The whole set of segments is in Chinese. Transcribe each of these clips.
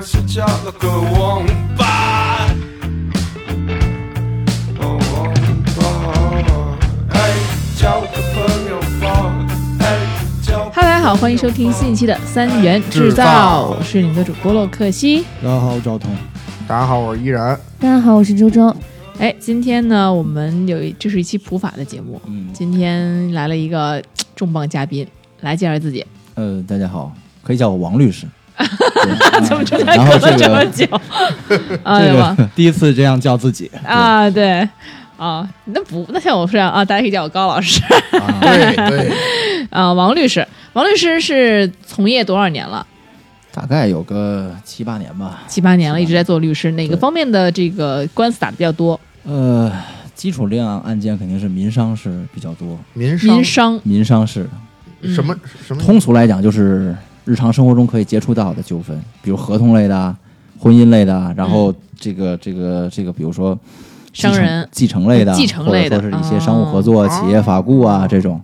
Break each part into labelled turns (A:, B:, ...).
A: 那个王八。哦王八，哎，交个朋友吧，哎，交个
B: 哈，大家好，欢迎收听新一期的三元制
C: 制造
B: 造，我是你们的主播洛克西。
C: 大家好，我赵彤。
D: 大家好，我是依然。
E: 大家好，我是周周。
B: 哎，今天呢，我们有一这是一期普法的节目，
C: 嗯，
B: 今天来了一个嘖重磅嘉宾，来介绍自己。
C: 呃，大家好，可以叫我王律师。
B: 怎么中间
C: 然
B: 隔
C: 后
B: 了
C: 这
B: 这么
C: 个
B: 久？ 啊，
C: 这
B: 对吧？
C: 个第一次这样叫自己
B: 啊，对。啊，那不，那像我这样啊，大家可以叫我高老师
C: 啊，
D: 对对，
B: 啊，王律师，王律师是从业多少年了？
C: 大概有个七八年吧。
B: 七八年了，
C: 七八年
B: 一直在做律师，哪个
C: 对
B: 方面的这个官司打的比较多？
C: 呃，基础量案件肯定是民商事比较多，
D: 民商
B: 民商，
C: 民商事
B: 嗯
D: 什么什么
C: 通俗来讲就是日常生活中可以接触到的纠纷，比如合同类的啊、婚姻类的啊，然后这个这个这个，比如说继承
B: 商人嗯
C: 继承类的啊，
B: 继承类的
C: 或者说是一些商务合作、
D: 哦
C: 企业法顾啊这种。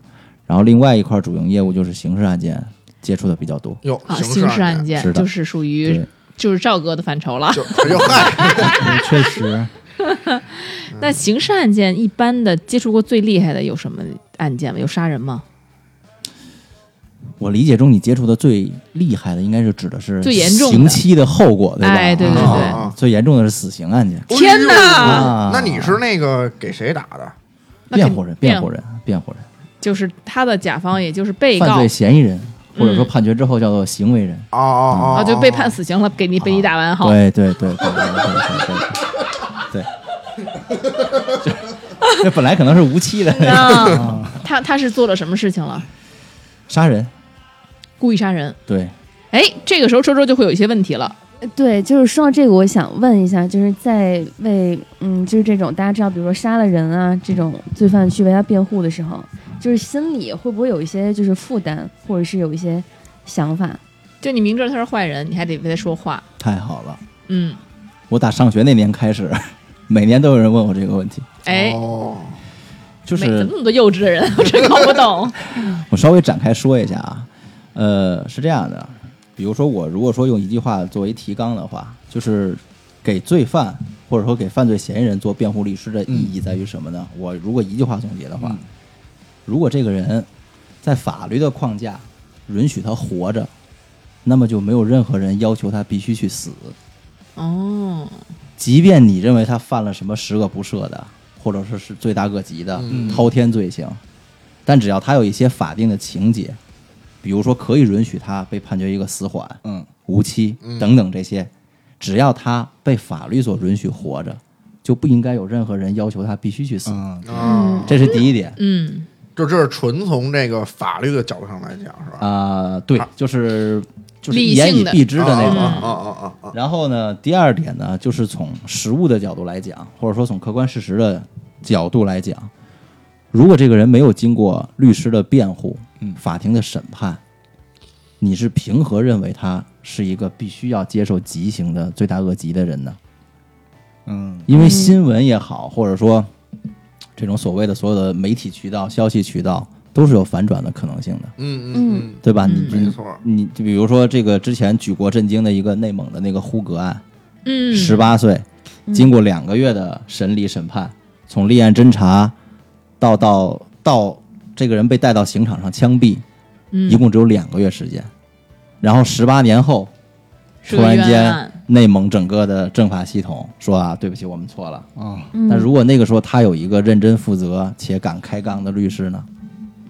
C: 然后另外一块主营业务就是刑事案件，接触的比较多。
D: 有
B: 啊，
D: 刑
B: 刑事案
D: 件？
B: 件
C: 是的
B: 就是属于
C: 对，
B: 就是赵哥的范畴了。
D: 就有嗨，
C: 确实，
B: 那刑事案件一般的接触过最厉害的有什么案件吗？有杀人吗？
C: 我理解中你接触的最厉害的应该是指的是
B: 最严重的
C: 刑期的后果，对吧？
B: 哎对对
D: 对
C: 啊最严重的是死刑案件，
B: 天哪！
C: 啊
D: 那你是那个给谁打的？
B: 那肯
C: 辩护人、辩护人、辩护人，
B: 就是他的甲方，也就是被
C: 犯
B: 告
C: 罪嫌疑人，或者说
B: 嗯
C: 判决之后叫做行为人。哦
D: 哦哦
B: 啊，
D: 哦，
B: 就被判死刑了，给你被你打完好。
C: 对对对对对对对对对。 这本来可能是无期 的
B: 那嗯
C: 哦
B: 他他是做了什么事情了？
C: 杀人，
B: 故意杀人。
C: 对，
B: 哎，这个时候周周就会有一些问题了。
E: 呃对，就是说到这个，我想问一下，就是在为嗯，就是这种大家知道，比如说杀了人啊这种罪犯去为他辩护的时候，就是心里会不会有一些就是负担，或者是有一些想法？
B: 就你明知道他是坏人，你还得为他说话。
C: 太好了！
B: 嗯，
C: 我打上学那年开始，每年都有人问我这个问题，
B: 哎，
D: 哦，
C: 就
B: 每怎
C: 是
B: 么那么多幼稚的人，我 真搞不懂。
C: 我稍微展开说一下啊，呃，是这样的，比如说我如果说用一句话作为提纲的话，就是给罪犯或者说给犯罪嫌疑人做辩护律师的意义在于什么呢？我如果一句话总结的话，如果这个人在法律的框架允许他活着，那么就没有任何人要求他必须去死。
B: 哦，
C: 即便你认为他犯了什么十恶不赦的，或者说是罪大恶极的、
D: 嗯
C: 滔天罪行，但只要他有一些法定的情节，比如说可以允许他被判决一个死缓、
F: 嗯，
C: 无期
D: 嗯
C: 等等这些，只要他被法律所允许活着，就不应该有任何人要求他必须去死。
F: 嗯，
D: 啊，
C: 这是第一点
B: 嗯，
D: 就这是纯从这个法律的角度上来讲，是吧？
C: 啊、对
D: 啊，
C: 就是就是
B: 理
C: 一
B: 性
C: 言以
B: 的哦
C: 蔽之的那种。
D: 啊啊啊啊啊！
C: 然后呢，第二点呢，就是从实物的角度来讲，或者说从客观事实的角度来讲，如果这个人没有经过律师的辩护，
F: 嗯
C: 法庭的审判，你是凭何认为他是一个必须要接受极刑的罪大恶极的人呢？
F: 嗯，
C: 因为新闻也好，或者说这种所谓的所有的媒体渠道、消息渠道，都是有反转的可能性的，
D: 嗯嗯
C: 对吧？
B: 嗯
C: 你
D: 嗯，没
C: 你
D: 错，
C: 你，就比如说这个之前举国震惊的一个内蒙的那个呼格案，
B: 嗯，
C: 十八岁，经过两个月的审理审判，从立案侦查到到到这个人被带到刑场上枪毙，
B: 嗯
C: 一共只有两个月时间。然后十八年后，
B: 是
C: 突
B: 个
C: 然
B: 冤
C: 间
B: 案
C: 内蒙整个的政法系统说啊，对不起，我们错了。
F: 啊，
E: 嗯
C: 但如果那个时候他有一个认真负责且敢开杠的律师呢？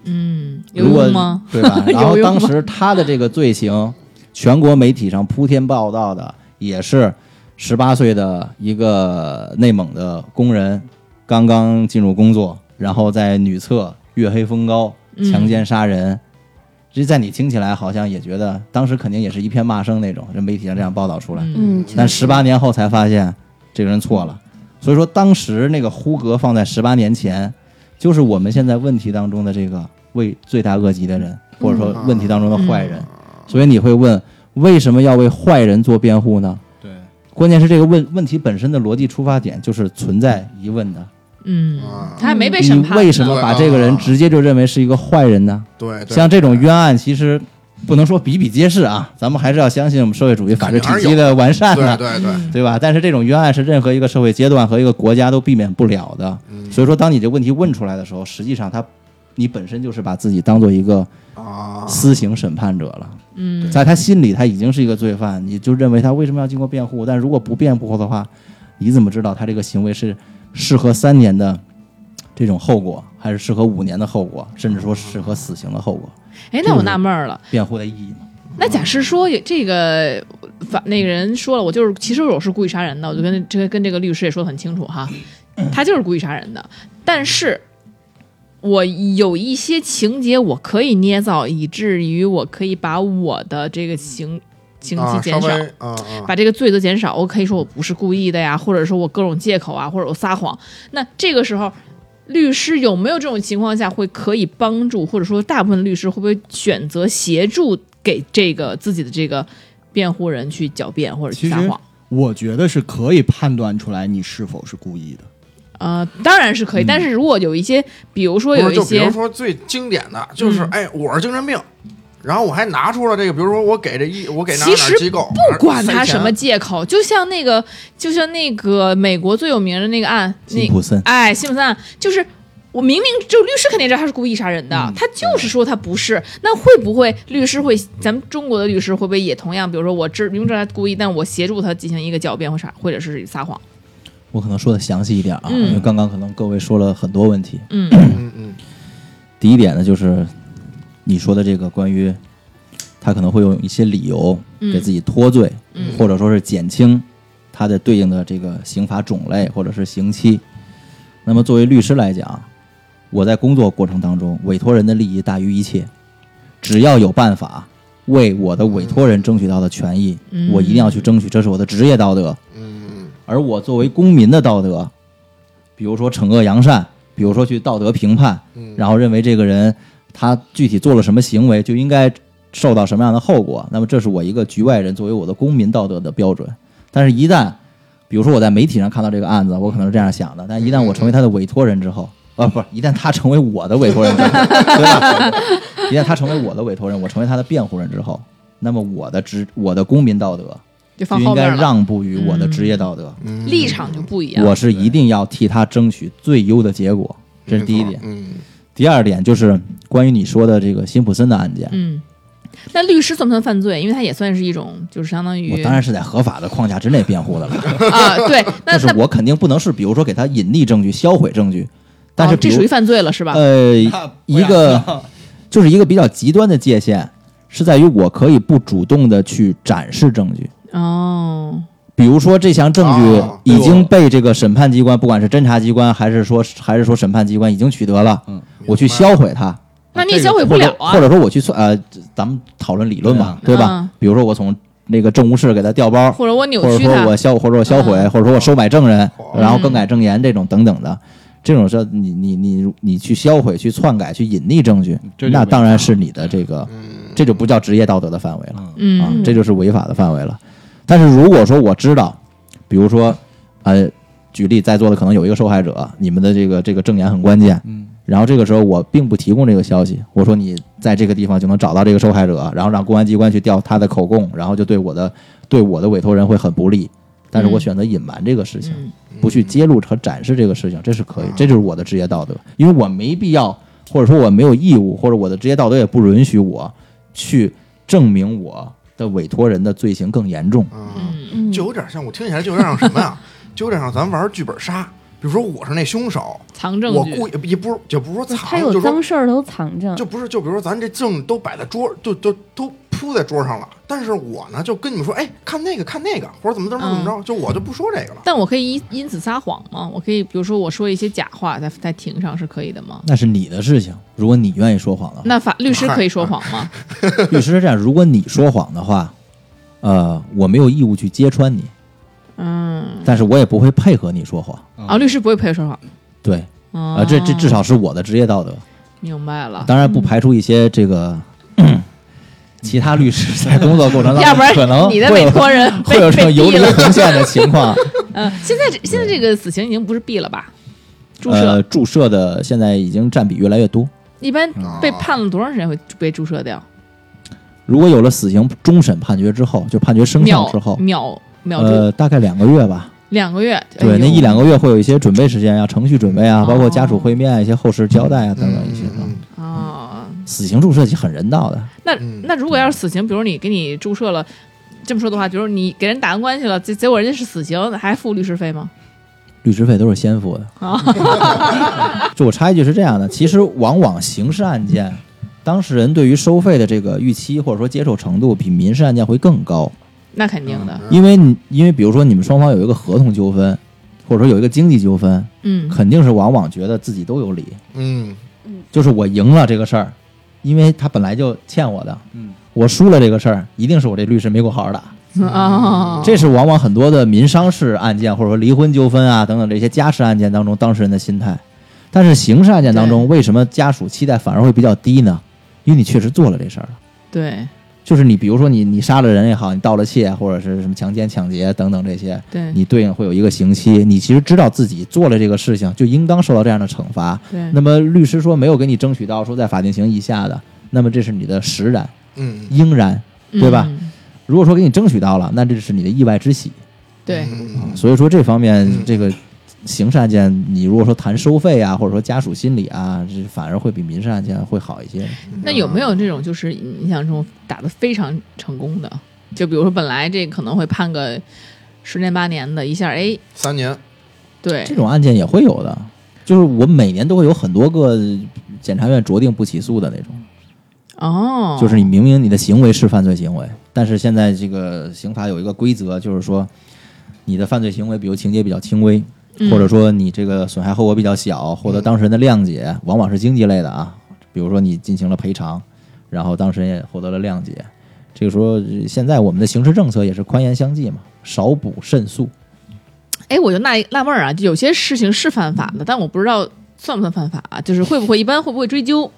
B: 嗯，有
C: 如果
B: 用吗？？
C: 对吧 然后
B: 有用
C: 当
B: 吗
C: 时他的这个罪行，全国媒体上铺天报道的也是十八岁的一个内蒙的工人，刚刚进入工作，然后在女厕月黑风高
B: 嗯
C: 强奸杀人。这在你听起来好像也觉得，当时肯定也是一片骂声那种，这媒体上这样报道出来。
B: 嗯
E: 嗯，
C: 但十八年后才发现这个人错了。所以说，当时那个呼格放在十八年前，就是我们现在问题当中的这个为罪大恶极的人，或者说问题当中的坏人。
D: 嗯
C: 所以你会问，为什么要为坏人做辩护呢？
F: 对，
C: 关键是这个问问题本身的逻辑出发点就是存在疑问的。
B: 嗯
D: 啊，
B: 他还没被
C: 你
B: 审判呢，
C: 为什么把这个人直接就认为是一个坏人呢？
D: 对，对
C: 像这种冤案，其实不能说比比皆是啊，咱们还是要相信我们社会主义法治体
D: 肯定
C: 系
D: 还是
C: 的完善啊
D: 对
C: 呢，
D: 对对，
C: 对吧？但是这种冤案是任何一个社会阶段和一个国家都避免不了的。所以说，当你这问题问出来的时候，实际上他，你本身就是把自己当做一个
D: 啊，
C: 私刑审判者了。
B: 嗯，
C: 在他心里，他已经是一个罪犯，你就认为他为什么要经过辩护？但如果不辩护的话，你怎么知道他这个行为是适合三年的这种后果，还是适合五年的后果，甚至说适合死刑的后果？
B: 哎，那我纳闷儿了，
C: 辩护的意义呢？
B: 那假设说有这个法那个人说了，我就是其实我是故意杀人的，我就跟这个跟这个律师也说的很清楚哈，
D: 嗯
B: 他就是故意杀人的，但是。我有一些情节我可以捏造，以至于我可以把我的这个刑刑期
D: 啊，稍
B: 减少
D: 微，啊啊，
B: 把这个罪责减少，我可以说我不是故意的呀，或者说我各种借口啊，或者我撒谎。那这个时候，律师有没有这种情况下会可以帮助，或者说大部分律师会不会选择协助给这个自己的这个辩护人去狡辩或者去
F: 其实
B: 撒谎？
F: 我觉得是可以判断出来你是否是故意的。
B: 呃，当然是可以，但是如果有一些，比如说有
D: 嗯不是
B: 一
D: 就比
B: 些嗯
D: 如，说最经典的就是，哎，我是精神病，然后我还拿出了这个，比如说我给这一，我给哪
B: 其
D: 哪
B: 实
D: 机构，
B: 不管他什么
D: 塞钱
B: 借口，就像那个，就像那个美国最有名的那个案，那
C: 辛普森
B: 哎，辛普森案就是。我明明就律师肯定知道他是故意杀人的，
F: 嗯
B: 他就是说他不是。那会不会律师会，咱们中国的律师会不会也同样，比如说我知明明知道他故意，但我协助他进行一个狡辩或啥，或者是撒谎？
C: 我可能说的详细一点啊，
B: 嗯
C: 因为刚刚可能各位说了很多问题。
B: 嗯，
D: 嗯嗯，
C: 第一点呢，就是你说的这个关于他可能会用一些理由
B: 嗯
C: 给自己脱罪，
B: 嗯
C: 或者说是减轻他的对应的这个刑罚种类或者是刑期。那么作为律师来讲，我在工作过程当中，委托人的利益大于一切，只要有办法为我的委托人争取到的权益，
B: 嗯
C: 我一定要去争取，这是我的职业道德。而我作为公民的道德，比如说惩恶扬善，比如说去道德评判，然后认为这个人他具体做了什么行为，就应该受到什么样的后果。那么这是我一个局外人作为我的公民道德的标准。但是，一旦比如说我在媒体上看到这个案子，我可能是这样想的，但一旦我成为他的委托人之后。啊，不是！一旦他成为我的委托人之后， 对吧？一旦他成为我的委托人，我成为他的辩护人之后，那么我的职、我的公民道德
B: 就
C: 就
B: 放
C: 应
B: 后
C: 该
B: 面了，嗯
C: 让步于我的职业道德。
B: 立场就不一样。
C: 我是一定要替他争取最优的结果，这是第一点。
D: 嗯，
C: 第二点就是关于你说的这个辛普森的案件，
B: 嗯，那律师算不算犯罪？因为他也算是一种，就是相当于
C: 我当然是在合法的框架之内辩护的了，
B: 啊，对， 那
C: 但是
B: 那
C: 我肯定不能是比如说给他隐匿证据、销毁证据，但是
B: 哦
C: 比
B: 这
C: 如、
B: 属于犯罪了是吧？
C: 呃一个 就是一个比较极端的界限是在于我可以不主动的去展示证据。
B: 哦，
C: 比如说，这项证据
D: 哦
C: 已经被这个审判机关，不管是侦查机关还是说还是说审判机关已经取得了，
F: 嗯
C: 我去销毁它，
B: 那你也销毁不
C: 或
B: 了
C: 者
B: 啊
C: 或。者说我去算，呃，咱们讨论理论嘛，对吧
B: 嗯？
C: 比如说我从那个政务室给他调包，
B: 或者我扭
C: 或者
B: 曲
C: 说
B: 它
C: 我，销，或者我销毁，
B: 嗯
C: 或者说我收买证人，
F: 嗯
D: 哦
C: 然后更改证言这种等等的，这种是你你你你去销毁、去篡改、去隐匿证据，
F: 嗯这就
C: 那
F: 违法嗯
C: 当然是你的这个，这就不叫职业道德的范围了。啊
B: 嗯，，
C: 这就是违法的范围了。但是如果说我知道，比如说，呃，举例在座的可能有一个受害者，你们的这个这个证言很关键，
F: 嗯，
C: 然后这个时候我并不提供这个消息，我说你在这个地方就能找到这个受害者，然后让公安机关去调他的口供，然后就对我的对我的委托人会很不利。但是我
B: 嗯
C: 选择隐瞒这个事情，
B: 嗯
C: 不去揭露和展示这个事情，这是可以，这就是我的职业道德，因为我没必要，或者说我没有义务，或者我的职业道德也不允许我去证明我的委托人的罪行更严重。
B: 嗯
E: 嗯，
D: 啊就有点像，我听起来就有点像什么呀？就有点像咱玩剧本杀，比如说我是那凶手，
B: 藏证
D: 我
B: 据，
D: 故意也不是，也不是说
E: 他
D: 藏，
E: 有
D: 就
E: 脏
D: 说
E: 事儿都藏着，
D: 就不是，就比如说咱这证都摆在桌，就就都铺在桌上了，但是我呢就跟你们说，哎，看那个，看那个，或者怎么怎么怎么着，
B: 嗯
D: 就我就不说 这个了。
B: 但我可以因因此撒谎吗？我可以，比如说我说一些假话在在庭上是可以的吗？
C: 那是你的事情，如果你愿意说谎的话。
B: 那法律师可以说谎吗？
C: 律师是这样，如果你说谎的话，呃，我没有义务去揭穿你，
B: 嗯，
C: 但是我也不会配合你说谎。
B: 啊，律师不会陪说谎。
C: 对，
B: 啊
C: 啊、这这至少是我的职业道德。
B: 明白了。
C: 当然不排除一些这 个其他律师在工作过程当中，
B: 要不然
C: 可能
B: 你的
C: 会
B: 委
C: 有
B: 托人
C: 会有
B: 被
C: 这种
B: 被
C: 游
B: 毙
C: 离
B: 了。
C: 红线的情况。
B: 嗯，现在这现在这个死刑已经不是毙了吧？ 注射
C: 呃，注射的现在已经占比越来越多。
B: 一般被判了多长时间会被注射掉？
C: 如果有了死刑终审判决之后，就判决生效
B: 秒
C: 之后，
B: 秒秒住、
C: 呃，大概两个月吧。
B: 两个月，哎
C: 对，
B: 呦
C: 那一两个月会有一些准备时间啊，程序准备啊，
B: 哦
C: 包括家属会面啊、一些后事交代啊等等一些啊。
D: 嗯
B: 啊。
C: 死刑注射很人道的，
B: 那
D: 嗯
B: 那如果要是死刑，比如你给你注射了，这么说的话，比如你给人打完关系了，结结果人家是死刑，还付律师费吗？
C: 律师费都是先付的。就我插一句是这样的，其实往往刑事案件，当事人对于收费的这个预期或者说接受程度比民事案件会更高，
B: 那肯定的，
C: 因为你因为比如说你们双方有一个合同纠纷，或者说有一个经济纠纷，
B: 嗯，
C: 肯定是往往觉得自己都有理，
D: 嗯
C: 就是我赢了这个事儿，因为他本来就欠我的，
F: 嗯，
C: 我输了这个事儿，一定是我这律师没给我好好打。
B: 啊，
C: 嗯这是往往很多的民商事案件，或者说离婚纠纷啊等等这些家事案件当中当事人的心态。但是刑事案件当中，为什么家属期待反而会比较低呢？因为你确实做了这事儿了，
B: 对
C: 就是你比如说你你杀了人也好，你盗了窃或者是什么强奸、抢劫等等这些，
B: 对
C: 你对应会有一个刑期。你其实知道自己做了这个事情，就应当受到这样的惩罚。
B: 对，
C: 那么律师说没有给你争取到说在法定刑以下的，那么这是你的实然、
D: 嗯，
C: 应然。对吧
B: 嗯
C: 如果说给你争取到了，那这是你的意外之喜。
B: 对，
D: 嗯
C: 所以说这方面
D: 嗯
C: 这个刑事案件，你如果说谈收费啊，或者说家属心理啊，这反而会比民事案件会好一些。
B: 那有没有这种就是你印象中打的非常成功的？就比如说本来这可能会判个十年八年的，一下哎，
D: 三年，
B: 对
C: 这，种案件也会有的，就是我每年都会有很多个检察院酌定不起诉的那种，
B: 哦，
C: 就是你明明你的行为是犯罪行为，但是现在这个刑法有一个规则，就是说你的犯罪行为，比如情节比较轻微，
B: 嗯
C: 或者说你这个损害后果比较小，获得当事人的谅解，往往是经济类的啊，比如说你进行了赔偿，然后当事人也获得了谅解。这个时候，呃现在我们的刑事政策也是宽严相济嘛，少补慎诉。
B: 哎，我就纳纳闷儿啊，就有些事情是犯法的，但我不知道算不算犯法、啊，就是会不会一般会不会追究？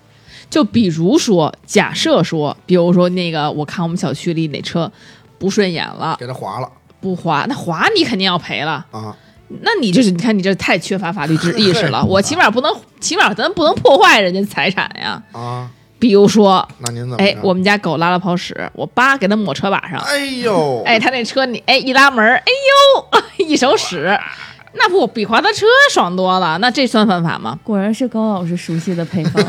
B: 就比如说，假设说，比如说那个，我看我们小区里哪车不顺眼了，
D: 给他划了
B: 不划，那划你肯定要赔了。
D: 啊，
B: 那你这是你看你这太缺乏法律知意识 了。我起码不能，起码咱不能破坏人家财产呀。
D: 啊，
B: 比如说，
D: 那您怎么着？
B: 哎，我们家狗拉了泡屎，我叭给它抹车把上，
D: 哎呦，
B: 哎，他那车你哎一拉门儿，哎呦， 一手屎，那不比划他车爽多了？那这算犯法吗？
E: 果然是高老师熟悉的配 方。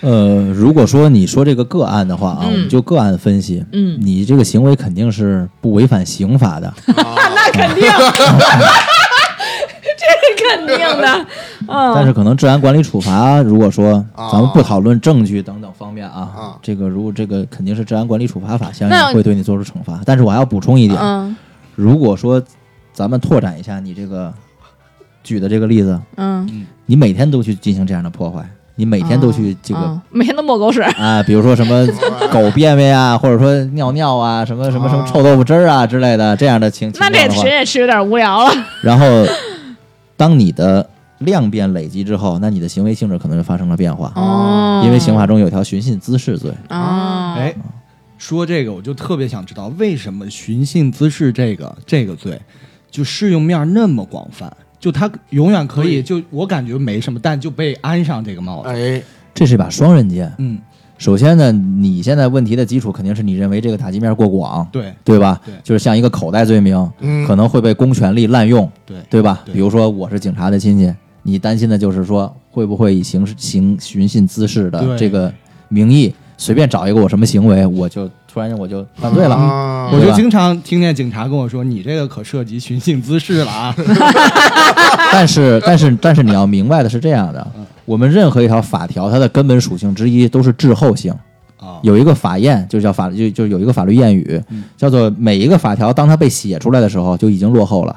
C: 呃，如果说你说这个个案的话啊，
B: 嗯
C: 我们就个案分析，
B: 嗯
C: 你这个行为肯定是不违反刑法的，
B: 那肯定，这是 肯定的。嗯
C: 但是可能治安管理处罚，如果说
D: 啊
C: 咱们不讨论证据等等方面啊，
D: 啊
C: 这个如果这个肯定是治安管理处罚法相
B: 那
C: 应会对你做出惩罚。但是我还要补充一点，
B: 嗯
C: 如果说咱们拓展一下你这个举的这个例子，
B: 嗯，
C: 你每天都去进行这样的破坏，你每天都去这个。
B: 啊每天都抹狗屎，
C: 啊，比如说什么 狗便便啊，或者说尿尿啊，什么什么什么臭豆腐汁儿啊之类的，这样的情情
B: 哦那这
C: 况的话
B: 谁，也吃有点无聊了。
C: 然后当你的量变累积之后，那你的行为性质可能就发生了变化。
B: 哦
C: 因为刑法中有条寻衅滋事罪，啊
B: 哦，
F: 哎，说这个我就特别想知道，为什么寻衅滋事这个这个罪，就适用面那么广泛？就他永远可以，就我感觉没什么，但就被安上这个帽子。
D: 哎，
C: 这是一把双刃剑。
F: 嗯，
C: 首先呢，你现在问题的基础肯定是你认为这个打击面过广，
F: 对
C: 对吧？
F: 对
C: 就是像一个口袋罪名，
D: 嗯
C: 可能会被公权力滥用，
F: 对
C: 对吧？
F: 对
C: 比如说我是警察的亲戚，你担心的就是说会不会以刑事行寻衅滋事的
F: 对
C: 这个名义，随便找一个我什么行为，我就突然间我就犯罪了。
D: 啊
F: 我
C: 对
F: 就
C: 吧
F: 经常听见警察跟我说：“你这个可涉及寻衅滋事了啊
C: 但是，但是，但是你要明白的是这样的，我们任何一条法条，它的根本属性之一都是滞后性。！”
F: 啊，
C: 有一个法谚，就叫法，就就有一个法律谚语，叫做每一个法条，当它被写出来的时候，就已经落后了。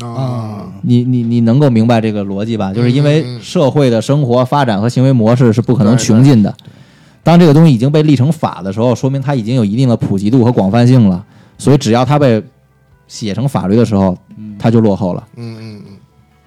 D: 啊，
F: 啊，
C: 你你你能够明白这个逻辑吧？就是因为
D: 嗯嗯
C: 社会的生活发展和行为模式是不可能
D: 对对
C: 穷尽的。当这个东西已经被立成法的时候，说明它已经有一定的普及度和广泛性了。所以只要它被写成法律的时候，它就落后了。
D: 嗯嗯嗯，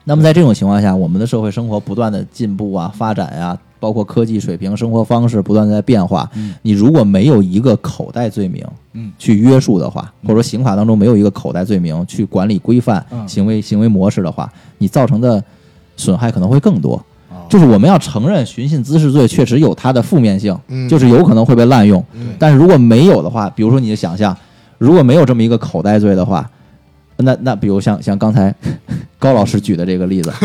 C: 那么在这种情况下，我们的社会生活不断的进步啊、发展呀、包括科技水平、生活方式不断的在变化。你如果没有一个口袋罪名，
F: 嗯
C: 去约束的话，或者说刑法当中没有一个口袋罪名去管理规范
F: 嗯哦
C: 行为行为模式的话，你造成的损害可能会更多。就是我们要承认寻衅滋事罪确实有它的负面性，
D: 嗯
C: 就是有可能会被滥用。
F: 嗯
C: 但是如果没有的话，比如说你的想象，如果没有这么一个口袋罪的话，那那比如像像刚才高老师举的这个例子，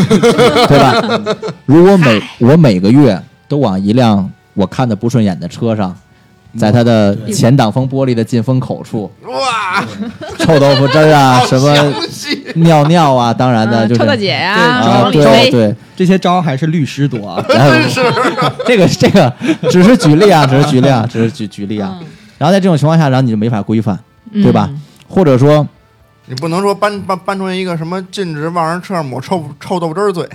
C: 对吧？如果每我每个月都往一辆我看的不顺眼的车上，在它
B: 嗯
C: 的前挡风玻璃的进风口处，
D: 哇，
C: 臭豆腐汁儿 啊，什么
D: 详细
C: 尿尿啊，当然的
B: 嗯
C: 就是
B: 臭大姐呀，
C: 啊，
B: 往里
C: 对
B: 飞，
C: 对，
F: 这些招还是律师多啊。
C: 然后 这个这个只是举例啊，只是举例啊，只是举举例啊。
B: 嗯
C: 然后在这种情况下，然后你就没法规范，对吧？或者说，
D: 你不能说搬搬搬出来一个什么禁止往人车上抹臭臭豆汁儿嘴，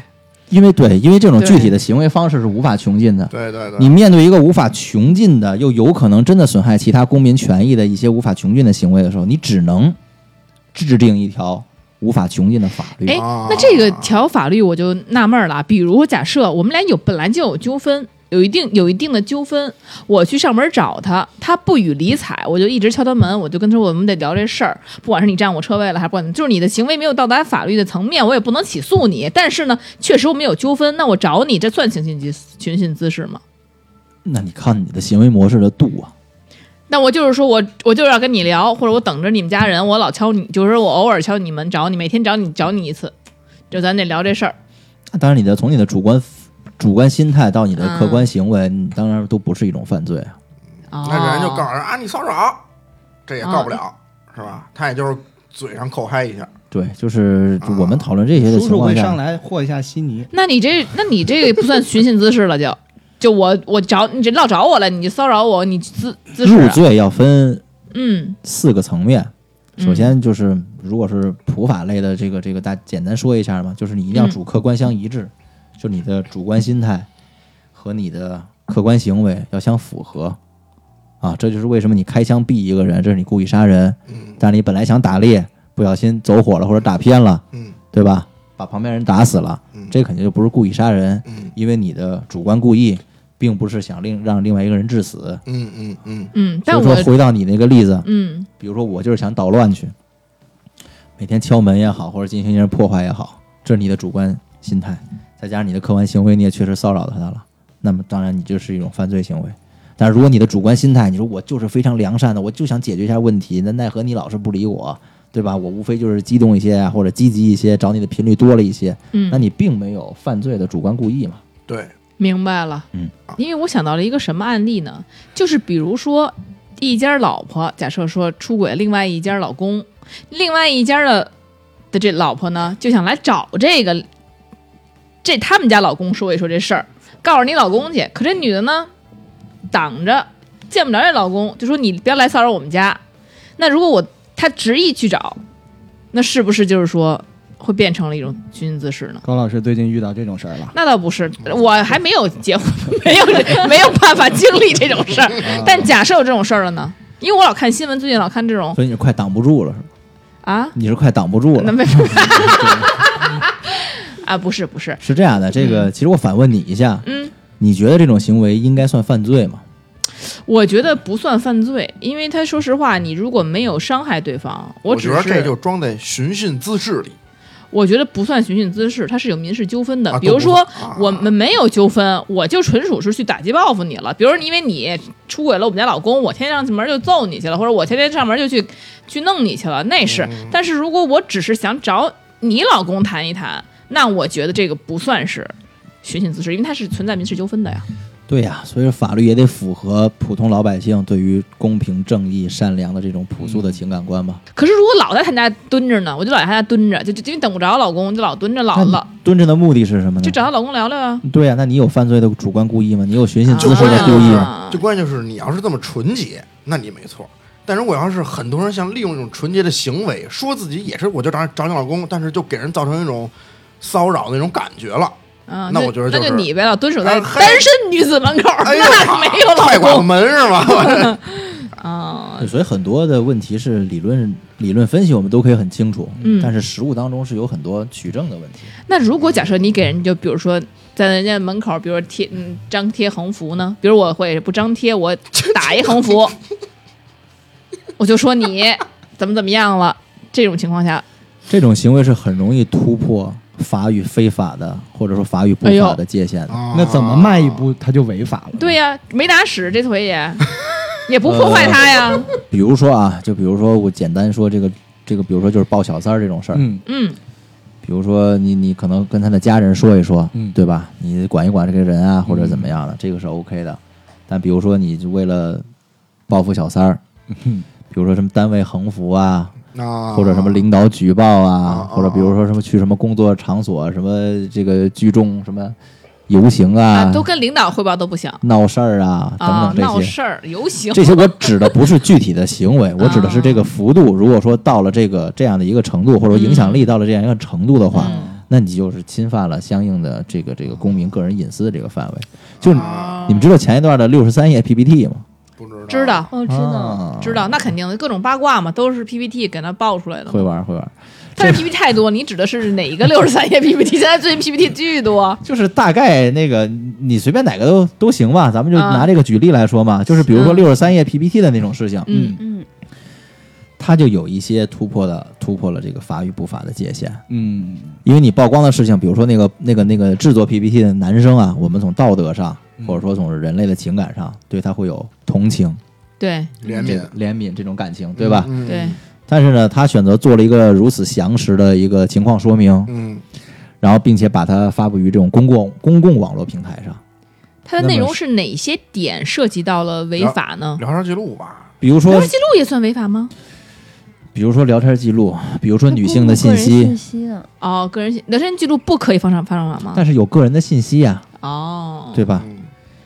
C: 因为对，因为这种
B: 对
C: 具体的行为方式是无法穷尽的。
D: 对对对，
C: 你面对一个无法穷尽的，又有可能真的损害其他公民权益的一些无法穷尽的行为的时候，你只能制定一条无法穷尽的法律。
B: 哎
D: 啊，
B: 那这个条法律我就纳闷儿了啊。比如假设我们俩有本来就有纠纷，有一定有一定的纠纷，我去上门找他，他不予理睬，我就一直敲他门，我就跟他说我们得聊这事儿，不管是你占我车位了，还是不管，就是你的行为没有到达法律的层面，我也不能起诉你。但是呢，确实我们有纠纷，那我找你，这算寻衅滋寻衅滋事吗？
C: 那你看你的行为模式的度啊，
B: 那我就是说我我就是要跟你聊，或者我等着你们家人，我老敲你，就是我偶尔敲你门找你，每天找你找你一次，就咱得聊这事儿。
C: 那当然你的从你的主观主观心态到你的客观
B: 嗯
C: 行为，你当然都不是一种犯罪啊。
D: 那人就
B: 哦
D: 告诉人啊，你骚扰，这也告不
B: 啊
D: 了，是吧？他也就是嘴上口嗨一下，
C: 对，就是我们讨论这些的
F: 叔
C: 情
F: 叔
C: 况
F: 会
C: 下，
F: 上来和一下稀泥，
B: 那你这，那你这个不算寻衅滋事了，就，就我我找你这落找我了，你骚扰我，你滋滋事、
C: 入
B: 啊，
C: 罪要分
B: 嗯
C: 四个层面。
B: 嗯
C: 首先就是，如果是普法类的，这个这个大简单说一下嘛，就是你一定要
B: 嗯
C: 主客观相一致，就你的主观心态和你的客观行为要相符合啊。这就是为什么你开枪毙一个人，这是你故意杀人，
D: 嗯
C: 但是你本来想打猎，不小心走火了或者打偏了，
D: 嗯
C: 对吧？把旁边人打死了，
D: 嗯，
C: 这肯定就不是故意杀人，
D: 嗯
C: 因为你的主观故意并不是想令让另外一个人致死，
D: 嗯嗯嗯
B: 嗯，
C: 所
B: 但
C: 以说
B: 我
C: 回到你那个例子，
B: 嗯
C: 比如说我就是想捣乱去，每天敲门也好，或者进行一些破坏也好，这是你的主观心态，再加上你的客观行为，你也确实骚扰到他了，那么当然你这是一种犯罪行为。但如果你的主观心态，你说我就是非常良善的，我就想解决一下问题，那奈何你老是不理我，对吧？我无非就是激动一些啊，或者积极一些，找你的频率多了一些，
B: 嗯，
C: 那你并没有犯罪的主观故意嘛？
D: 对，
B: 明白了，
C: 嗯，
B: 因为我想到了一个什么案例呢？就是比如说一家老婆，假设说出轨另外一家老公，另外一家的的这老婆呢，就想来找这个这他们家老公说一说这事儿，告诉你老公去。可这女的呢，挡着见不着这老公，就说你不要来骚扰我们家。那如果我她执意去找，那是不是就是说会变成了一种寻衅滋事呢？
F: 高老师最近遇到这种事儿了。
B: 那倒不是，
D: 嗯
B: 我还没有结婚， 没有没有办法经历这种事儿。
D: 嗯
B: 但假设有这种事儿了呢？因为我老看新闻，最近老看这种
C: 所以你是快挡不住了，是吗？
B: 啊，
C: 你是快挡不住
B: 那
C: 了。
B: 为什么？ 啊，不是不是，
C: 是这样的，这个其实我反问你一下，
B: 嗯，
C: 你觉得这种行为应该算犯罪吗？
B: 我觉得不算犯罪，因为他说实话，你如果没有伤害对方，
D: 我
B: 只
D: 觉
B: 是
D: 得这就装在寻衅滋事里。
B: 我觉得不算寻衅滋事，它是有民事纠纷的。
D: 啊
B: 比如说、
D: 都不算啊
B: 我们没有纠纷，我就纯属是去打击报复你了。比如说因为你出轨了我们家老公，我天天上门就揍你去了，或者我天天上门就去去弄你去了，那是。
D: 嗯
B: 但是如果我只是想找你老公谈一谈，那我觉得这个不算是寻衅滋事，因为它是存在民事纠纷的呀。
C: 对呀、所以说法律也得符合普通老百姓对于公平、正义、善良的这种朴
B: 嗯
C: 素的情感观嘛。
B: 可是如果老在他家蹲着呢，我就老在他家蹲着，就就因为等不着老公，就老蹲着老
C: 那你
D: 嗯
B: 了，
C: 蹲着的目的是什么呢？
B: 就找她老公聊聊啊。
C: 对呀、那你有犯罪的主观故意吗？你有寻衅
D: 就
C: 滋事
D: 关
C: 的
D: 键
C: 故
D: 就
C: 意
D: 是
C: 吗？
B: 啊，
D: 就关键就是你要是这么纯洁，那你没错。但如果要是很多人想利用这种纯洁的行为，说自己也是我就找找你老公，但是就给人造成一种骚扰的那种感觉了。
B: 嗯，
D: 那
B: 就
D: 我觉得就
B: 那就是你呗，老蹲守在
D: 啊嘿
B: 单身女子门口，
D: 哎呦，
B: 那没有
D: 踹
B: 老
D: 拐子
B: 公
D: 门是 吧？
B: 啊。
C: 对所以很多的问题是理论理论分析我们都可以很清楚，
B: 嗯
C: 但是实务当中是有很多取证的问题。
B: 那如果假设你给人，就比如说在人家门口，比如说贴嗯张贴横幅呢，比如我会不张贴，我打一横幅，我就说你怎么怎么样了。这种情况下，
C: 这种行为是很容易突破法与非法的，或者说法与不
B: 哎
C: 法的界限的。
D: 啊
F: 那怎么迈一步他就违法了？
B: 对呀、没打屎这腿也也不破坏它呀。
C: 比如说啊，就比如说我简单说这个这个，比如说就是抱小三儿这种事儿，
F: 嗯
B: 嗯，
C: 比如说你你可能跟他的家人说一说，
F: 嗯
C: 对吧？你管一管这个人啊，或者怎么样的，这个是 OK 的。但比如说你就为了报复小三儿，
F: 哼
C: 比如说什么单位横幅啊，
D: 啊？
C: 或者什么领导举报
D: 啊啊
C: 啊，或者比如说什么去什么工作场所，什么这个聚众什么游行
B: 啊，
C: 啊、
B: 都跟领导汇报都不行
C: 闹事儿啊
B: 啊
C: 等，等
B: 闹
C: 这些。
B: 事儿游行
C: 这些我指的不是具体的行为，我指的是这个幅度。如果说到了这个这样的一个程度，或者说影响力到了这样一个程度的话，
B: 嗯
C: 那你就是侵犯了相应的这个这个公民个人隐私的这个范围。就你你们知道前一段的六十三页 PPT 吗？
D: 不知道
B: 知道
E: 哦，知道，
C: 啊
B: 知道，那肯定的，各种八卦嘛，都是 PPT 给它爆出来的嘛。
C: 会玩会玩，
B: 但是 PPT 太多，你指的是哪一个六十三页 PPT？现在最近 PPT 巨多，
C: 就是大概那个你随便哪个都都行吧，咱们就
B: 啊
C: 拿这个举例来说嘛，就是比如说
B: 嗯
C: 六十三页 PPT 的那种事情，
B: 嗯
E: 嗯，
C: 它就有一些突破的突破了这个法与不法的界限。
F: 嗯
C: 因为你曝光的事情，比如说那个那个那个制作 PPT 的男生啊，我们从道德上，或者说从人类的情感上，对他会有同情、
B: 对
D: 怜
C: 这
D: 悯
C: 个，怜悯这种感情，对吧？
D: 嗯
B: 对，
C: 但是呢，他选择做了一个如此详实的一个情况说明，
D: 嗯，
C: 然后并且把它发布于这种公共公共网络平台上，
B: 它的内容是哪些点涉及到了违
D: 啊
B: 法呢？
D: 嗯聊天记录吧，
C: 比如
B: 聊
C: 说
B: 天记录也算违法吗？
C: 比如说聊天记录，比如说女性的信
E: 个人信
C: 息，
E: 息啊，
B: 哦，个人信聊天记录不可以放上发上网吗？
C: 但是有个人的信息啊呀、
B: 哦，
C: 对吧？
D: 嗯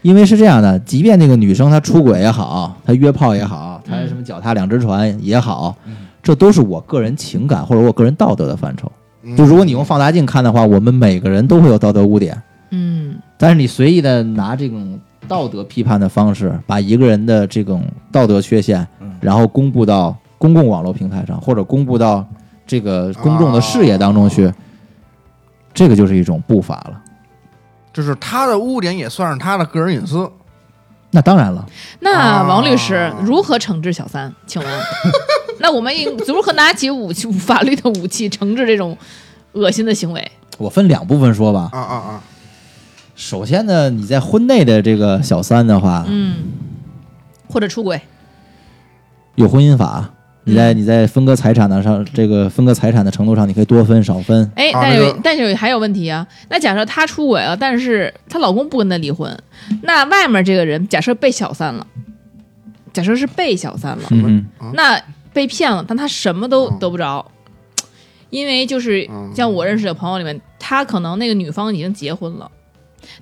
C: 因为是这样的，即便那个女生她出轨也好，她约炮也好，她什么脚踏两只船也好，这都是我个人情感或者我个人道德的范畴。
D: 嗯
C: 就如果你用放大镜看的话，我们每个人都会有道德污点，
B: 嗯，
C: 但是你随意的拿这种道德批判的方式，把一个人的这种道德缺陷，然后公布到公共网络平台上，或者公布到这个公众的视野当中去，
D: 啊
C: 这个就是一种不法了。
D: 就是他的污点也算是他的个人隐私，
C: 那当然了，
B: 那
D: 啊
B: 王律师如何惩治小三？请 问，那我们应如何拿起武器、法律的武器惩治这种恶心的行为？
C: 我分两部分说吧。
D: 啊啊啊，
C: 首先呢，你在婚内的这个小三的话，
B: 嗯，或者出轨？
C: 有婚姻法，
B: 嗯
C: 你在你在分割财产的上，这个分割财产的程度上，你可以多分少分。
B: 哎，
D: 啊
B: 但
D: 那
B: 有、
D: 个
B: 但有还有问题啊。那假设她出轨了，但是她老公不跟她离婚，那外面这个人假设被小三了，假设是被小三了，
C: 嗯
B: 那被骗了，但她什么都得不着，因为就是
D: 嗯
B: 像我认识的朋友里面，她可能那个女方已经结婚了。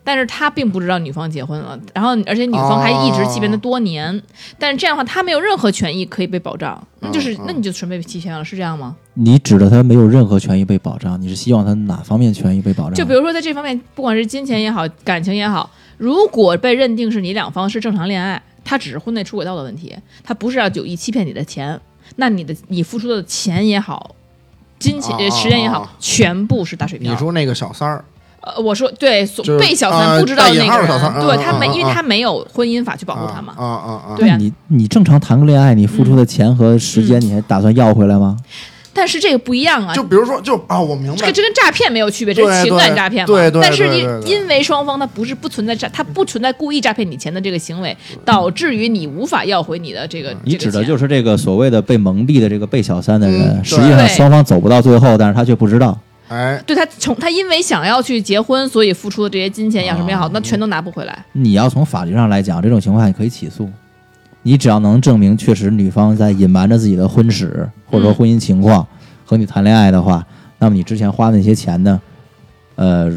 B: 但是她并不知道女方结婚了，然后而且女方还一直欺骗她
D: 哦
B: 多年，但是这样的话，她没有任何权益可以被保障，那就是、
D: 嗯
B: 那你就纯被欺骗了，是这样吗？
C: 你指的他没有任何权益被保障，你是希望他哪方面权益被保障？啊
B: 就比如说在这方面，不管是金钱也好，感情也好，如果被认定是你两方是正常恋爱，他只是婚内出轨道德问题，他不是要有意欺骗你的钱，那你的你付出的钱也好，金钱、
D: 哦
B: 时间也好，
D: 哦
B: 全部是打水漂。
D: 你说那个小三儿，
B: 呃，我说对，所
D: 就是
B: 被小三
D: 啊
B: 不知道那个
D: 带
B: 人，
D: 引号的小三嗯
B: 对
D: 嗯
B: 他没，
D: 嗯嗯
B: 因为他没有婚姻法去保护他嘛。
D: 啊啊啊，
B: 对呀、
C: 那你你正常谈个恋爱，你付出的钱和时
B: 嗯
C: 间，你还打算要回来吗？
B: 但是这个不一样啊，
D: 就比如说，就啊，我明
B: 这
D: 白
B: 个，这跟诈骗没有区别，这是
D: 对
B: 情感
D: 对
B: 诈骗嘛？
D: 对对
B: 但是
D: 对
B: 因
D: 对对
B: 因为双方他不是不存在诈，他不存在故意诈骗你钱的这个行为，导致于你无法要回你的这个。
C: 嗯你指的就是是这个所谓的被蒙蔽的这个被小三的人，
D: 嗯
C: 实际上
B: 对
C: 双方走不到最后，但是他却不知道。
D: 哎，
B: 对他从他因为想要去结婚，所以付出的这些金钱呀什么也好，那
C: 嗯
B: 全都拿不回来。
C: 你要从法律上来讲，这种情况你可以起诉。你只要能证明确实女方在隐瞒着自己的婚史或者说婚姻情况和你谈恋爱的话，那么你之前花的那些钱呢，呃，